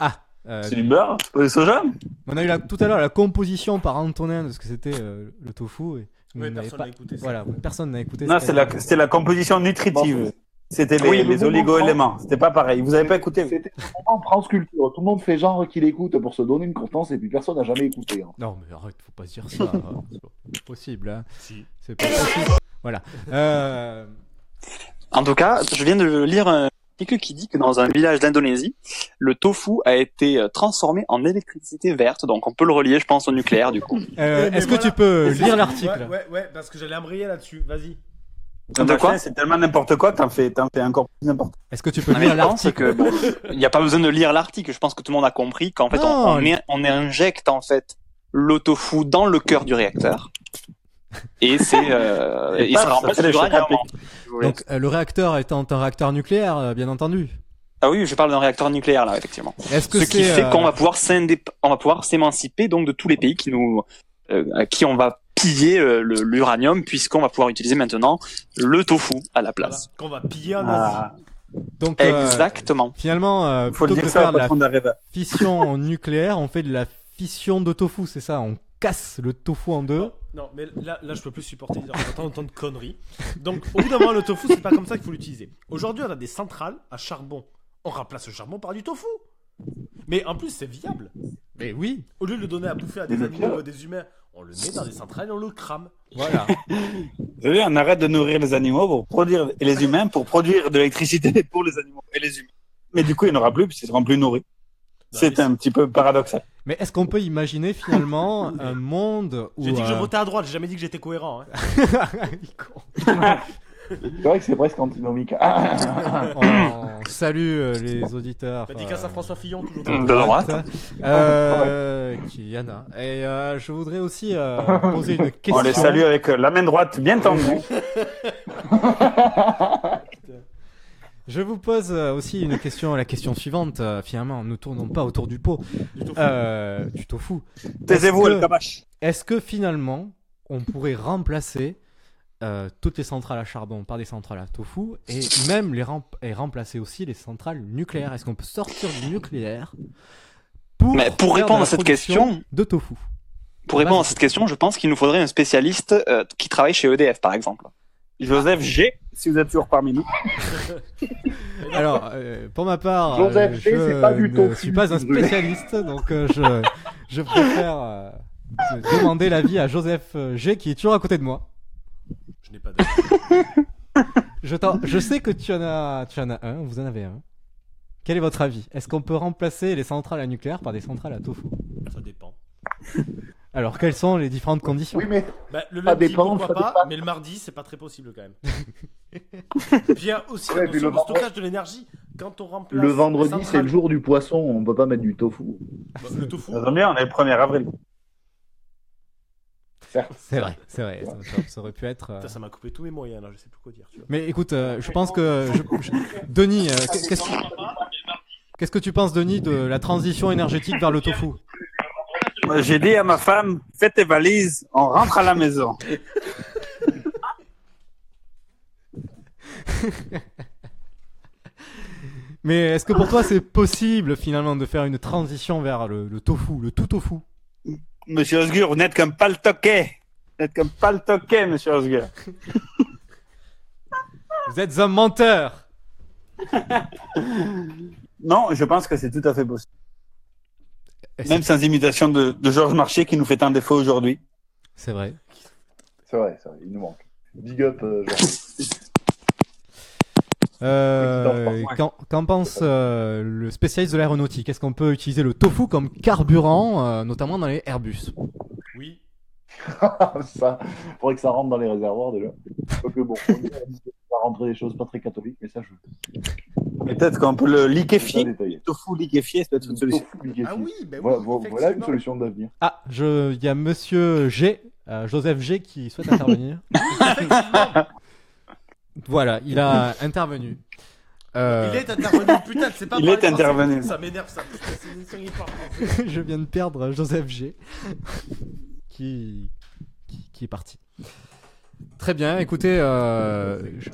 Ah. euh, C'est du beurre C'est pas du soja On a eu la- tout à l'heure la composition par Antonin de ce que c'était euh, le tofu. Et vous n'avez personne pas- n'a écouté ça. Voilà, personne n'a écouté Non, ça. c'est la, c'est la composition nutritive. C'était les, Oui, mais les vous oligo-éléments. C'était pas pareil. Vous avez pas écouté. vous (laughs) En France Culture, tout le monde fait genre qu'il écoute pour se donner une confiance et puis personne n'a jamais écouté. hein. Non, mais arrête, faut pas se dire (laughs) ça. c'est pas possible. Hein. C'est pas possible. Voilà. Euh, En tout cas, je viens de lire un article qui dit que dans un village d'Indonésie, le tofu a été euh, transformé en électricité verte. Donc on peut le relier, je pense, au nucléaire du coup. Euh, Eh, Mais Est-ce que voilà. tu peux lire l'article Ouais, ouais, ouais, parce que j'allais embrayer là-dessus. Vas-y. Le machin, C'est tellement n'importe quoi, t'en fais, t'en fais encore plus n'importe quoi. Est-ce que tu Non, Ah, mais je pense que, bon, Il n'y a pas besoin de lire l'article. Je pense que tout le monde a compris qu'en fait, on, Non. on, est- on injecte en fait le tofu dans le cœur du réacteur. Et c'est euh, Et et paf, ça remplace ça le fait le choc uranium. Donc, euh, le réacteur étant un réacteur nucléaire, euh, bien entendu. Ah oui, je parle d'un réacteur nucléaire là, effectivement. Est-ce que Ce qui c'est, fait euh, qu'on va pouvoir s'indép- on va pouvoir s'émanciper donc de tous les pays qui nous, euh, à qui on va piller euh, le- l'uranium puisqu'on va pouvoir utiliser maintenant le tofu à la place. Qu'on va piller en Ah. Asie. Donc, euh, Exactement. finalement, euh, Faut le plutôt que dire de ça au faire de patron de la Reva. la fission nucléaire, on fait de la fission de tofu, c'est ça On casse le tofu en deux. Non, mais là, là, je peux plus supporter j'entends autant de conneries. Donc, au bout d'un moment, le tofu, c'est pas comme ça qu'il faut l'utiliser. Aujourd'hui, on a des centrales à charbon. On remplace le charbon par du tofu. Mais en plus, c'est viable. Mais oui. Au lieu de le donner à bouffer à des Mais animaux bien. ou à des humains, on le met dans des centrales et on le crame. Voilà. Vous savez, on arrête de nourrir les animaux pour produire, et les humains pour produire de l'électricité (laughs) pour les animaux et les humains. Mais du coup, il n'y en aura plus, puisqu'ils seront plus nourris. Bah C'est un petit peu paradoxal. Mais est-ce qu'on peut imaginer (laughs) finalement un monde où J'ai dit que je euh, votais à droite, j'ai jamais dit que j'étais cohérent. hein. (laughs) C'est vrai que c'est presque antinomique. Ah, on salue euh, Bah, les auditeurs. Dédicace euh, à François Fillon, toujours. de droite, euh, qui y en a. Et euh, je voudrais aussi euh, poser (laughs) une question. On les salue avec euh, la main droite bien tendue. Je vous pose euh, aussi une question, la question suivante. euh, finalement, ne tournons pas autour du pot. Euh, Du tofu. Taisez-vous, Est-ce El que- Kamash. Est-ce que finalement, on pourrait remplacer euh, toutes les centrales à charbon par des centrales à tofu et même les rem- et remplacer aussi les centrales nucléaires Est-ce qu'on peut sortir du nucléaire pour, Mais pour faire de répondre la à cette production question- de tofu Pour répondre à cette question, je pense qu'il nous faudrait un spécialiste euh, qui travaille chez EDF, par exemple. Ah. Joseph G, si vous êtes toujours parmi nous. Alors, euh, pour ma part, Joseph euh, G, je c'est pas du ne tofu, suis pas un brûlé. spécialiste, donc euh, je, je préfère euh, de- demander l'avis à Joseph euh, G qui est toujours à côté de moi. Je n'ai pas Je, t'en- je sais que tu en, as, tu en as un, vous en avez un. Quel est votre avis Est-ce qu'on peut remplacer les centrales à nucléaire par des centrales à tofu Ça dépend. Alors, quelles sont les différentes conditions Bah, le Ça lundi, dépend, pourquoi ça pas, dépend. mais le mardi, c'est pas très possible quand même. puis il y a aussi Ouais, la puis le notion de vendredi- stockage de l'énergie. Quand on remplace. Le les vendredi, centrales- c'est le jour du poisson, on peut pas mettre du tofu. Bah, le tofu. Euh, Ça tombe bien, on est le 1er avril. C'est vrai, c'est vrai, ça, ça- ça aurait pu être. euh, Putain, ça m'a coupé tous mes moyens là, je sais plus quoi dire. Tu vois. Mais écoute, euh, je pense que. je- je- Denis, euh, qu'est-ce que. Qu'est-ce que tu penses, Denis, de la transition énergétique vers le tofu Moi, Euh, J'ai dit à ma femme, fais tes valises, on rentre à la maison. Mais est-ce que pour toi c'est possible finalement de faire une transition vers le, le tofu, le tout tofu Monsieur Osgur, vous n'êtes comme pas le toquet. Vous n'êtes comme pas le toquet, monsieur Osgur. Vous êtes un menteur. Non, je pense que c'est tout à fait possible. Même sans imitation de, de Georges Marchais qui nous fait un défaut aujourd'hui. C'est vrai. C'est vrai, c'est vrai, il nous manque. Big up, euh, Jean. (laughs) Euh, Qu'en qu'en pense euh, le spécialiste de l'aéronautique Est-ce qu'on peut utiliser le tofu comme carburant, euh, notamment dans les Airbus Oui. ça, faudrait que ça rentre dans les réservoirs déjà. Quoique bon, on va rentrer des choses pas très catholiques, mais ça je. Peut-être qu'on peut le liquéfier. Le tofu liquéfié, c'est peut-être une solution. Ah oui, voilà, vo- voilà une solution d'avenir. Ah, je- il y a Monsieur G, euh, Joseph G, qui souhaite intervenir. (laughs) voilà, il a intervenu. Euh, (laughs) Il est intervenu, putain, c'est pas Il parler est français. intervenu. Ça m'énerve ça. Putain, c'est une émission qui parle Ah français. je viens de perdre Joseph G. qui, qui, qui est parti. Très bien, écoutez, euh, je,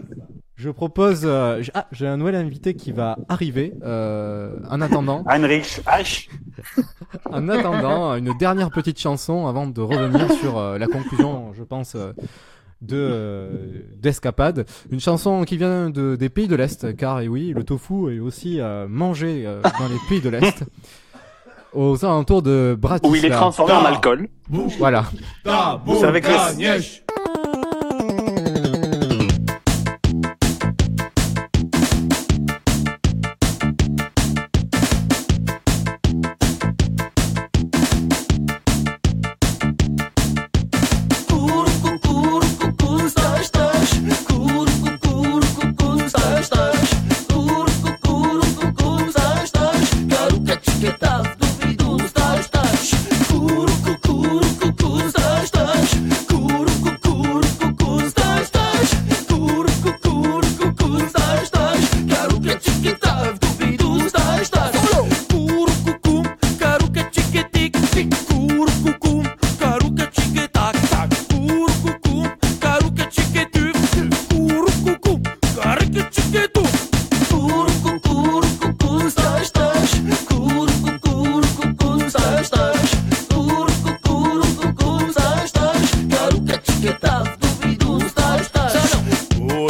je propose. euh, j'- ah, j'ai un nouvel invité qui va arriver. euh, (laughs) en attendant. Heinrich (laughs) H. en attendant, une dernière petite chanson avant de revenir sur euh, la conclusion, je pense, euh, de euh, d'escapade. Une chanson qui vient de, des pays de l'Est, car et oui, le tofu est aussi euh, mangé euh, dans les pays (laughs) de l'Est. Aux alentours de Bratislava. Où il est transformé Ah. en alcool. Voilà. C'est avec le-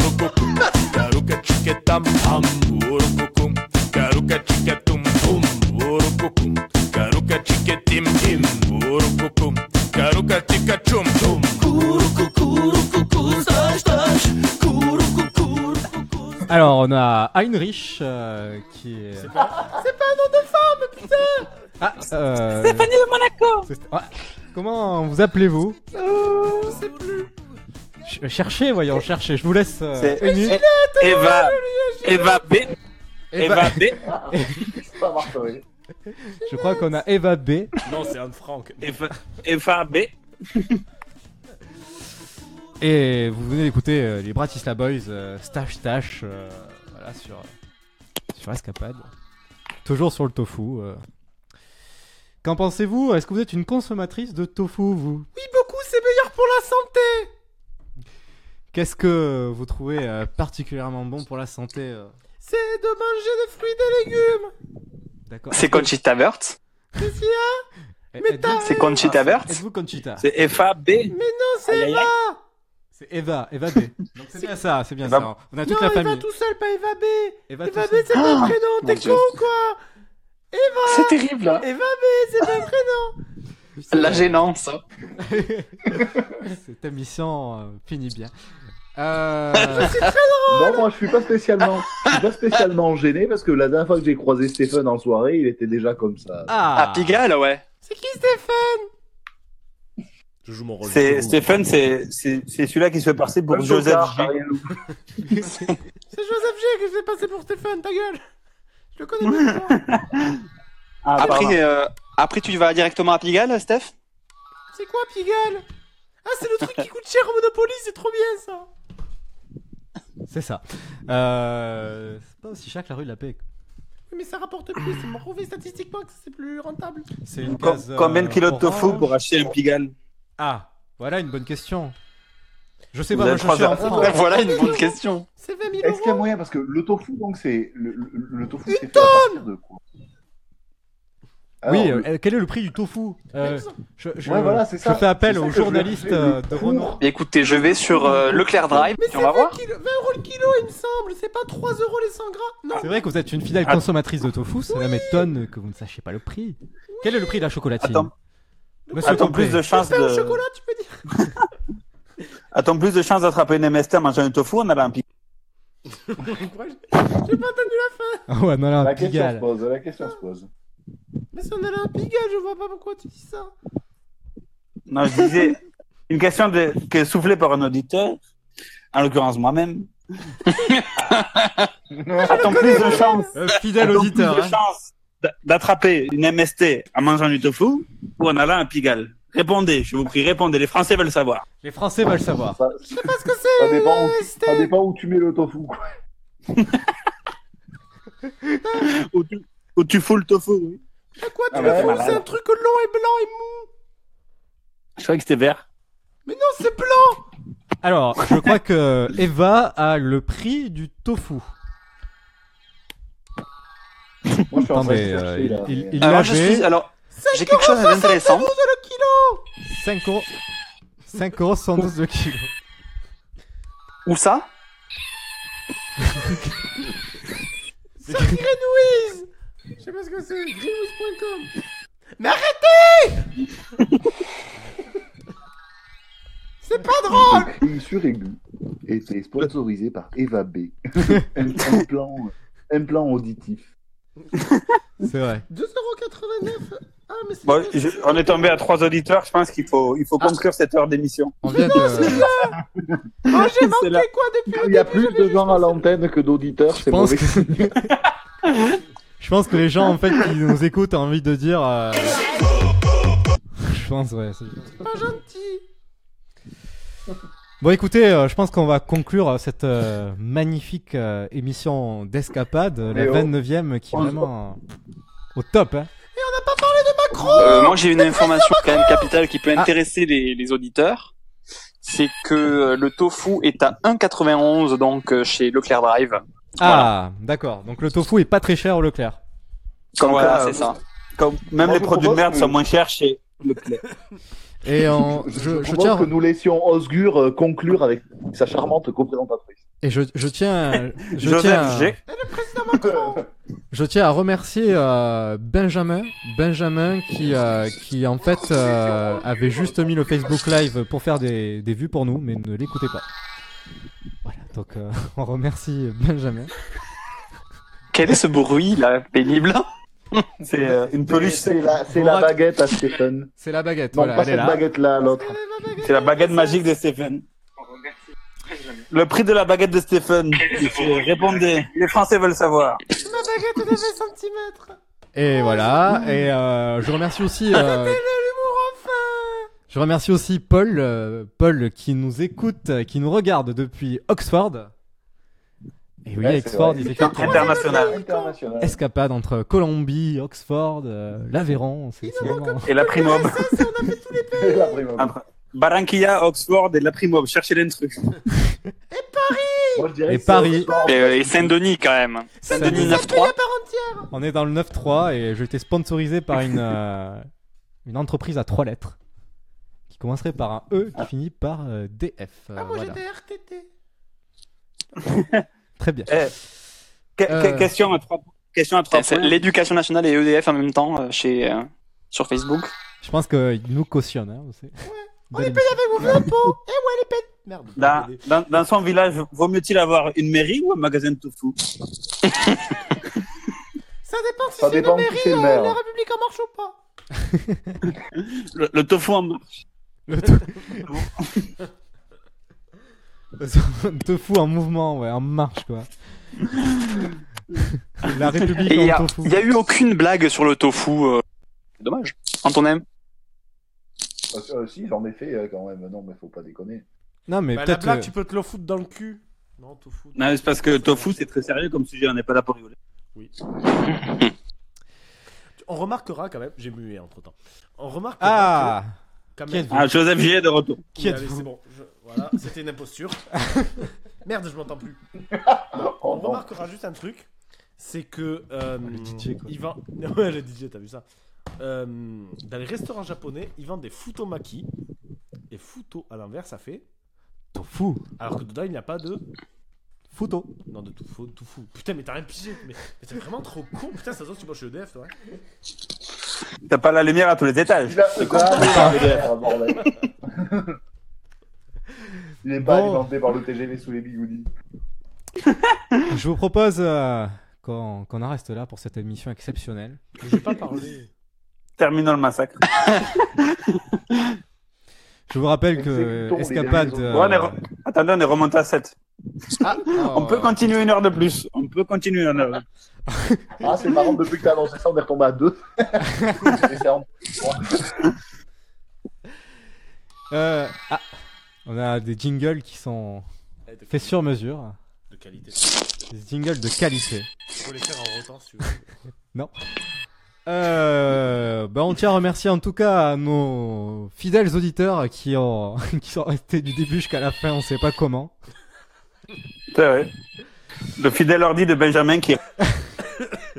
um, um, Alors, on a Heinrich euh, qui est. C'est pas... c'est pas un nom de femme, putain Ah, euh, Stéphanie de Monaco c'est- ah, Comment vous appelez-vous Oh, je sais plus. Ch- Cherchez, voyons, cherchez. Je vous laisse. euh, C'est une minute. Eva. Eva B. Eva- Eva B. Je crois qu'on a Eva B. Non, c'est Anne Frank. Eva, Eva B. Et vous venez d'écouter euh, les Bratislava Boys, euh, Stash Stash, euh, voilà, sur sur Escapade. Toujours sur le tofu. euh. Qu'en pensez-vous Est-ce que vous êtes une consommatrice de tofu, vous Oui, beaucoup, c'est meilleur pour la santé Qu'est-ce que vous trouvez euh, particulièrement bon pour la santé euh C'est de manger des fruits et des légumes D'accord. C'est Conchita Wurst Qu'est-ce qu'il y a Mais t'as C'est Conchita Wurst Ah, Êtes-vous Conchita C'est FAB Mais non, c'est Aïe, aïe, Eva C'est Eva, Eva B. Donc c'est bien ça, c'est bien ça. On a toute Non, la Eva famille. tout seul, pas Eva B Eva Eva tout B, c'est seul. pas Ah, un prénom, mon t'es Dieu. con ou quoi Eva C'est terrible, là. Eva B, c'est pas un prénom (laughs) La gênance. hein. (laughs) Cette émission euh, finit bien. Euh... Non, moi je suis pas spécialement, je suis pas spécialement gêné parce que la dernière fois que j'ai croisé Stéphane en soirée, il était déjà comme ça. Ah, Pigalle, ouais. C'est qui Stéphane Je joue mon rôle. C'est Stéphane, c'est c'est- c'est celui-là qui se fait passer pour Même Joseph Joseph, G. C'est Joseph G qui s'est passé pour Stéphane, ta gueule Je le (laughs) connais même pas Ah, pardon. Après, euh, après, tu vas directement à Pigalle, Steph C'est quoi Pigalle Ah, c'est le truc qui coûte cher au Monopoly, c'est trop bien ça C'est ça. Euh... C'est pas aussi cher que la rue de la paix. Oui, mais ça rapporte plus, c'est prouvé statistiquement que c'est plus rentable. C'est une Com- case, euh, Combien de kilos de tofu orange. pour acheter un Pigalle Ah, voilà une bonne question. Je sais Vous pas, moi avez je suis trois en heures. (laughs) (laughs) France. Voilà une bonne question. C'est 20 000 Est-ce qu'il y a euros moyen parce que le tofu donc c'est le, le- le tofu c'est fait à partir de quoi Ah oui, non, euh, quel est le prix du tofu Euh, je, je- Ouais, voilà, c'est ça. je fais appel C'est ça aux que je voulais- journalistes euh, de renom. Écoutez, je vais sur euh, Leclerc Drive, Mais puis c'est on va 20, voir. kilo- 20 euros le kilo, il me semble, c'est pas 3 euros les 100 grammes Non C'est vrai que vous êtes une fidèle consommatrice de tofu, cela m'étonne que vous ne sachiez pas le prix. Quel est le prix de la chocolatine Attends. Monsieur Attends, Complet. plus de chances Pain au de... chocolat, tu peux dire Attends, plus de chances d'attraper une MST en mangeant un tofu en allant à Pigalle. J'ai pas entendu la fin Ah ouais, non, non, la question se Pigalle. pose, la question se pose. Mais si on allait à hein, Pigalle, je vois pas pourquoi tu dis ça Non, je disais, une question de... qui est soufflée par un auditeur, en l'occurrence moi-même. Attends, plus de chances. Euh, fidèle Attends, auditeur, Plus de hein. chances d'a- d'attraper une MST en mangeant du tofu ou en allant à Pigalle. Répondez, je vous prie, répondez. Les Français veulent savoir. Les Français veulent savoir. Ça, Parce que ça c'est dépend, où, Euh, MST. ça dépend où tu mets le tofu. quoi. Ou tu, ou tu fous le tofu, oui. À quoi tu Ah le bah, c'est fous malade. C'est un truc long et blanc et mou Je croyais que c'était vert. Mais non, c'est blanc Alors, je crois que Eva a le prix du tofu. Moi, je suis en train de Attendez, euh, chercher, il- là, il- mais- il Ah, Alors, l'a je fait. suis- alors, Cinq j'ai quelque chose euros d'intéressant. 72 le kilo 5 euros. 5 euros 112 de kilo. Où ça Sur Greenwiz Je sais pas ce que c'est, greenwiz.com Mais arrêtez C'est pas drôle Une suraigu était sponsorisée par Eva B. (laughs) un, un plan, un plan auditif. C'est vrai. 2,89€ Ah, mais c'est... Bon, je- on est tombé à trois auditeurs. Je pense qu'il faut, il faut conclure cette heure d'émission. On vient de... Ah, j'ai C'est là. manqué quoi depuis Il y a plus de gens à l'antenne que d'auditeurs, c'est pense mauvais. (laughs) Je pense que les gens en fait qui nous écoutent ont envie de dire. euh, Je pense ouais. c'est- pas gentil (laughs) Bon écoutez, euh, je pense qu'on va conclure euh, cette euh, magnifique euh, émission d'escapade, euh, la Eh Mais oh. 29e qui est vraiment euh, au top. Hein. Et on n'a pas parlé de Macron Euh, moi, j'ai une information quand même capitale qui peut intéresser les, les auditeurs. C'est que euh, le tofu est à 1,91 donc euh, chez Leclerc Drive. Ah d'accord. Donc le tofu est pas très cher au Leclerc. Comme Voilà, quoi, c'est euh, ça. Comme même Moi, les je produits de propose merde que- sont moins chers chez Leclerc. Et on- (laughs) Je, je, je propose tiens que nous laissions Osgur euh, conclure avec sa charmante coprésentatrice. (laughs) et je, je tiens je Joseph tiens à- G. Je tiens à remercier euh, Benjamin, Benjamin qui euh, qui en fait euh, avait juste mis le Facebook Live pour faire des, des vues pour nous, mais ne l'écoutez pas. Voilà, donc euh, (laughs) on remercie Benjamin. Quel est ce bruit là, pénible C'est euh, une peluche. C'est la, c'est la baguette à Stéphane. C'est la baguette, Non, voilà, pas elle est cette là. baguette-là, l'autre. C'est la baguette magique de Stéphane. Le prix de la baguette de Stéphane. Il fait, Répondez. Les Français veulent savoir. Ma baguette de 20 cm Et voilà, et euh, je remercie aussi euh, je remercie aussi Paul, euh, Paul qui nous écoute, euh, qui nous regarde depuis Oxford. Et oui, Ouais, Oxford, c'est ils vrai. étaient International. International. Escapade entre Colombie, Oxford, euh, l'Aveyron. C'est c'est vraiment- Et la Primob. (laughs) Entre Barranquilla, Oxford et la Primob. Cherchez l'intrus. Et Paris. Et, euh, et Saint-Denis quand même. Saint-Denis 9-3. On est dans le 9-3 et j'ai été sponsorisé par une, euh, une entreprise à trois lettres qui commencerait par un E Ah. qui finit par euh, DF. Euh, Ah, moi voilà. j'étais RTT. Très bien. Que- que- Euh. Question à trois, question à trois C'est points. l'éducation nationale E et EDF en même temps euh, chez, euh, sur Facebook. Je pense qu'il nous cautionne. hein, c'est- On est payé avec vos impôts. Et ouais, les pètes. Merde. Dans, dans, dans son village, vaut mieux-il avoir une mairie ou un magasin de tofu Ça dépend si Ça c'est dépend une qui mairie c'est le ou maire. la République en marche ou pas. le, le tofu en marche. tofu en mouvement, ouais, en marche quoi. La République Et Il n'y en a, tofu. il y a eu aucune blague sur le tofu. euh, C'est dommage. Quand on aime. Parce que, euh, si, j'en ai fait euh, quand même. Non, mais faut pas déconner. Non, mais Bah, la peut-être. blague, euh, tu peux te le foutre dans le cul. Non, tout foutre. Non, mais c'est parce que tofu, c'est très sérieux comme sujet. On n'est pas là pour rigoler. Oui. On remarquera quand même. J'ai mué entre temps. On remarquera. Ah. que, quand Qui même- êtes-vous Ah, Joseph Gillet de retour. Oui, Qui allez, êtes-vous C'est bon. je- Voilà, c'était une (laughs) imposture. Merde, je m'entends plus. On remarquera juste un truc. C'est que. Ah, euh, Ils vendent... (laughs) Ouais, le DJ, t'as vu ça. Euh, dans les restaurants japonais, ils vendent des futomaki. Et futo à l'envers, ça fait. Tofu. Alors que dedans, il n'y a pas de. Futo. Non, de tout fou. Tout fou. Putain, mais t'as rien pigé. Mais, mais t'es vraiment trop con. Putain, ça se voit que tu bosses chez EDF, toi. hein. T'as pas la lumière à tous les étages. (laughs) Il est pas Bon. alimenté par le TGV sous les bigoudis. Je vous propose euh, qu'on qu'on en reste là pour cette émission exceptionnelle. J'ai pas (laughs) parlé. Terminons le massacre. Je vous rappelle que Tourne, Escapade. les- euh, Ouais, on est re- Attendez, on est remonté à 7. on peut euh, continuer une heure de plus. On peut continuer une heure. Ah, c'est marrant, depuis que t'as lancé ça, on est retombé à (laughs) 2. euh, ah, on a des jingles qui sont faits sur mesure. De Eh, qualité. Des jingles de qualité. Faut les faire en rotant, si tu veux. Non. Euh, bah on tient à remercier en tout cas à nos fidèles auditeurs qui, ont, (laughs) qui sont restés du début jusqu'à la fin, on sait pas comment. C'est vrai. Le fidèle ordi de Benjamin (laughs) qui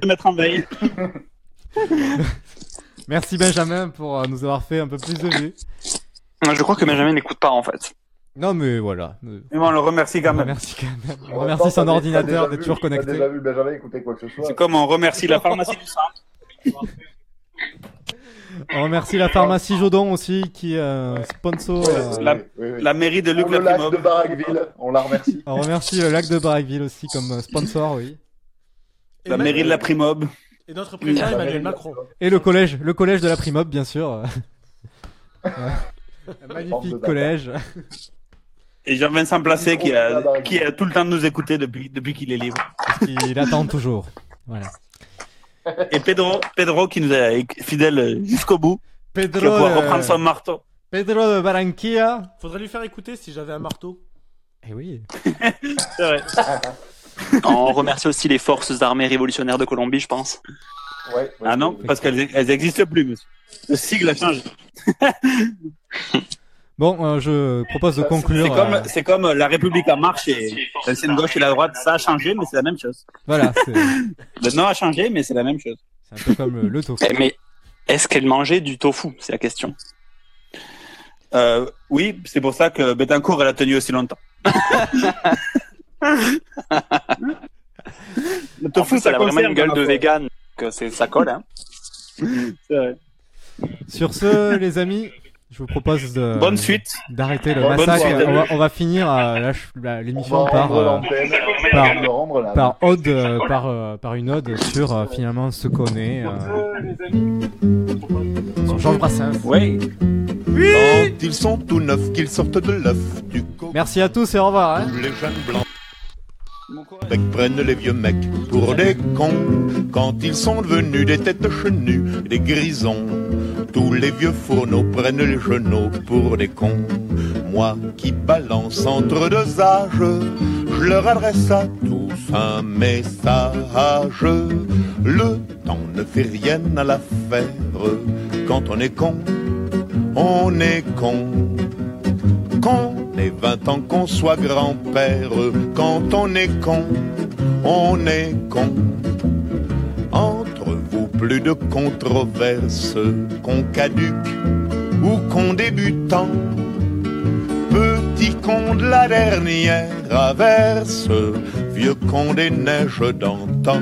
se mettre en veille. Merci Benjamin pour euh, nous avoir fait un peu plus de vues. Je crois que Benjamin n'écoute pas en fait. Non mais voilà. euh, Mais on le remercie quand même. Merci quand même. On remercie son ordinateur d'être toujours T'as connecté. déjà vu Benjamin écouter quoi que ce soit. C'est comme on remercie la pharmacie du centre. On remercie la pharmacie Jodon aussi qui euh, sponsor. euh, La, la mairie de Luc Pour Ah, le lac Laprimob. de Barraqueville, on la remercie. On remercie le lac de Barraqueville aussi comme euh, sponsor, oui. La mairie de la Primob. Et notre président Emmanuel Macron. Et le collège, le collège de la Primob, bien sûr. (laughs) Ouais. Un Bande de magnifique bâtards. collège. Et Jean-Vincent Placé qui Ah, Micro de la a, bah, bague. qui a tout le temps de nous écouter depuis, depuis qu'il est libre. Il attend toujours. Voilà. Et Pedro, Pedro qui nous est fidèle jusqu'au bout. Pedro, Qui va pouvoir euh, reprendre son marteau. Pedro de Barranquilla. Faudrait lui faire écouter si j'avais un marteau. Eh oui. C'est vrai. On remercie aussi les forces armées révolutionnaires de Colombie, je pense. Ah non, parce qu'elles elles existent plus, monsieur. Le sigle a changé. Bon, euh, je propose de conclure. C'est euh, comme, c'est comme la République en marche et l'ancienne gauche et la droite, ça a changé, mais c'est la même chose. Voilà, c'est Le nom a changé, mais c'est la même chose. c'est un peu comme le, le tofu. Eh, Mais est-ce qu'elle mangeait du tofu C'est la question. Euh, oui, c'est pour ça que Betancourt, elle a tenu (laughs) aussi longtemps. Le En plus, ça elle a vraiment conserve une gueule dans de la vegan. Que c'est, ça colle, hein. C'est vrai. Sur ce, les amis, je vous propose de. Bonne suite. D'arrêter le Bonne massacre. suite, on, va, amis. on va finir euh, la ch- la- l'émission On va par, rendre euh, l'antenne. On va rendre la- par, par ode, euh, par, euh, par une ode sur euh, finalement ce qu'on est. euh, sur Georges Brassens. Euh, Oui. Oui. Quand ils sont tout neufs, qu'ils sortent de l'œuf, du coq, Merci à tous et au revoir. hein. les jeunes blancs. Mecs prennent les vieux mecs pour des cons. Quand ils sont devenus des têtes chenues, des grisons. Tous les vieux fourneaux prennent les genoux pour des cons. Moi qui balance entre deux âges, je leur adresse à tous un message. Le temps ne fait rien à l'affaire. Quand on est con, on est con. Qu'on ait 20 ans, qu'on soit grand-père. Quand on est con, on est con. Entre vous, plus de controverses, qu'on caduque ou qu'on débutant. Petit con de la dernière averse, vieux con des neiges d'antan.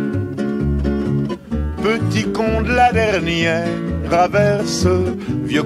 Petit con de la dernière averse, vieux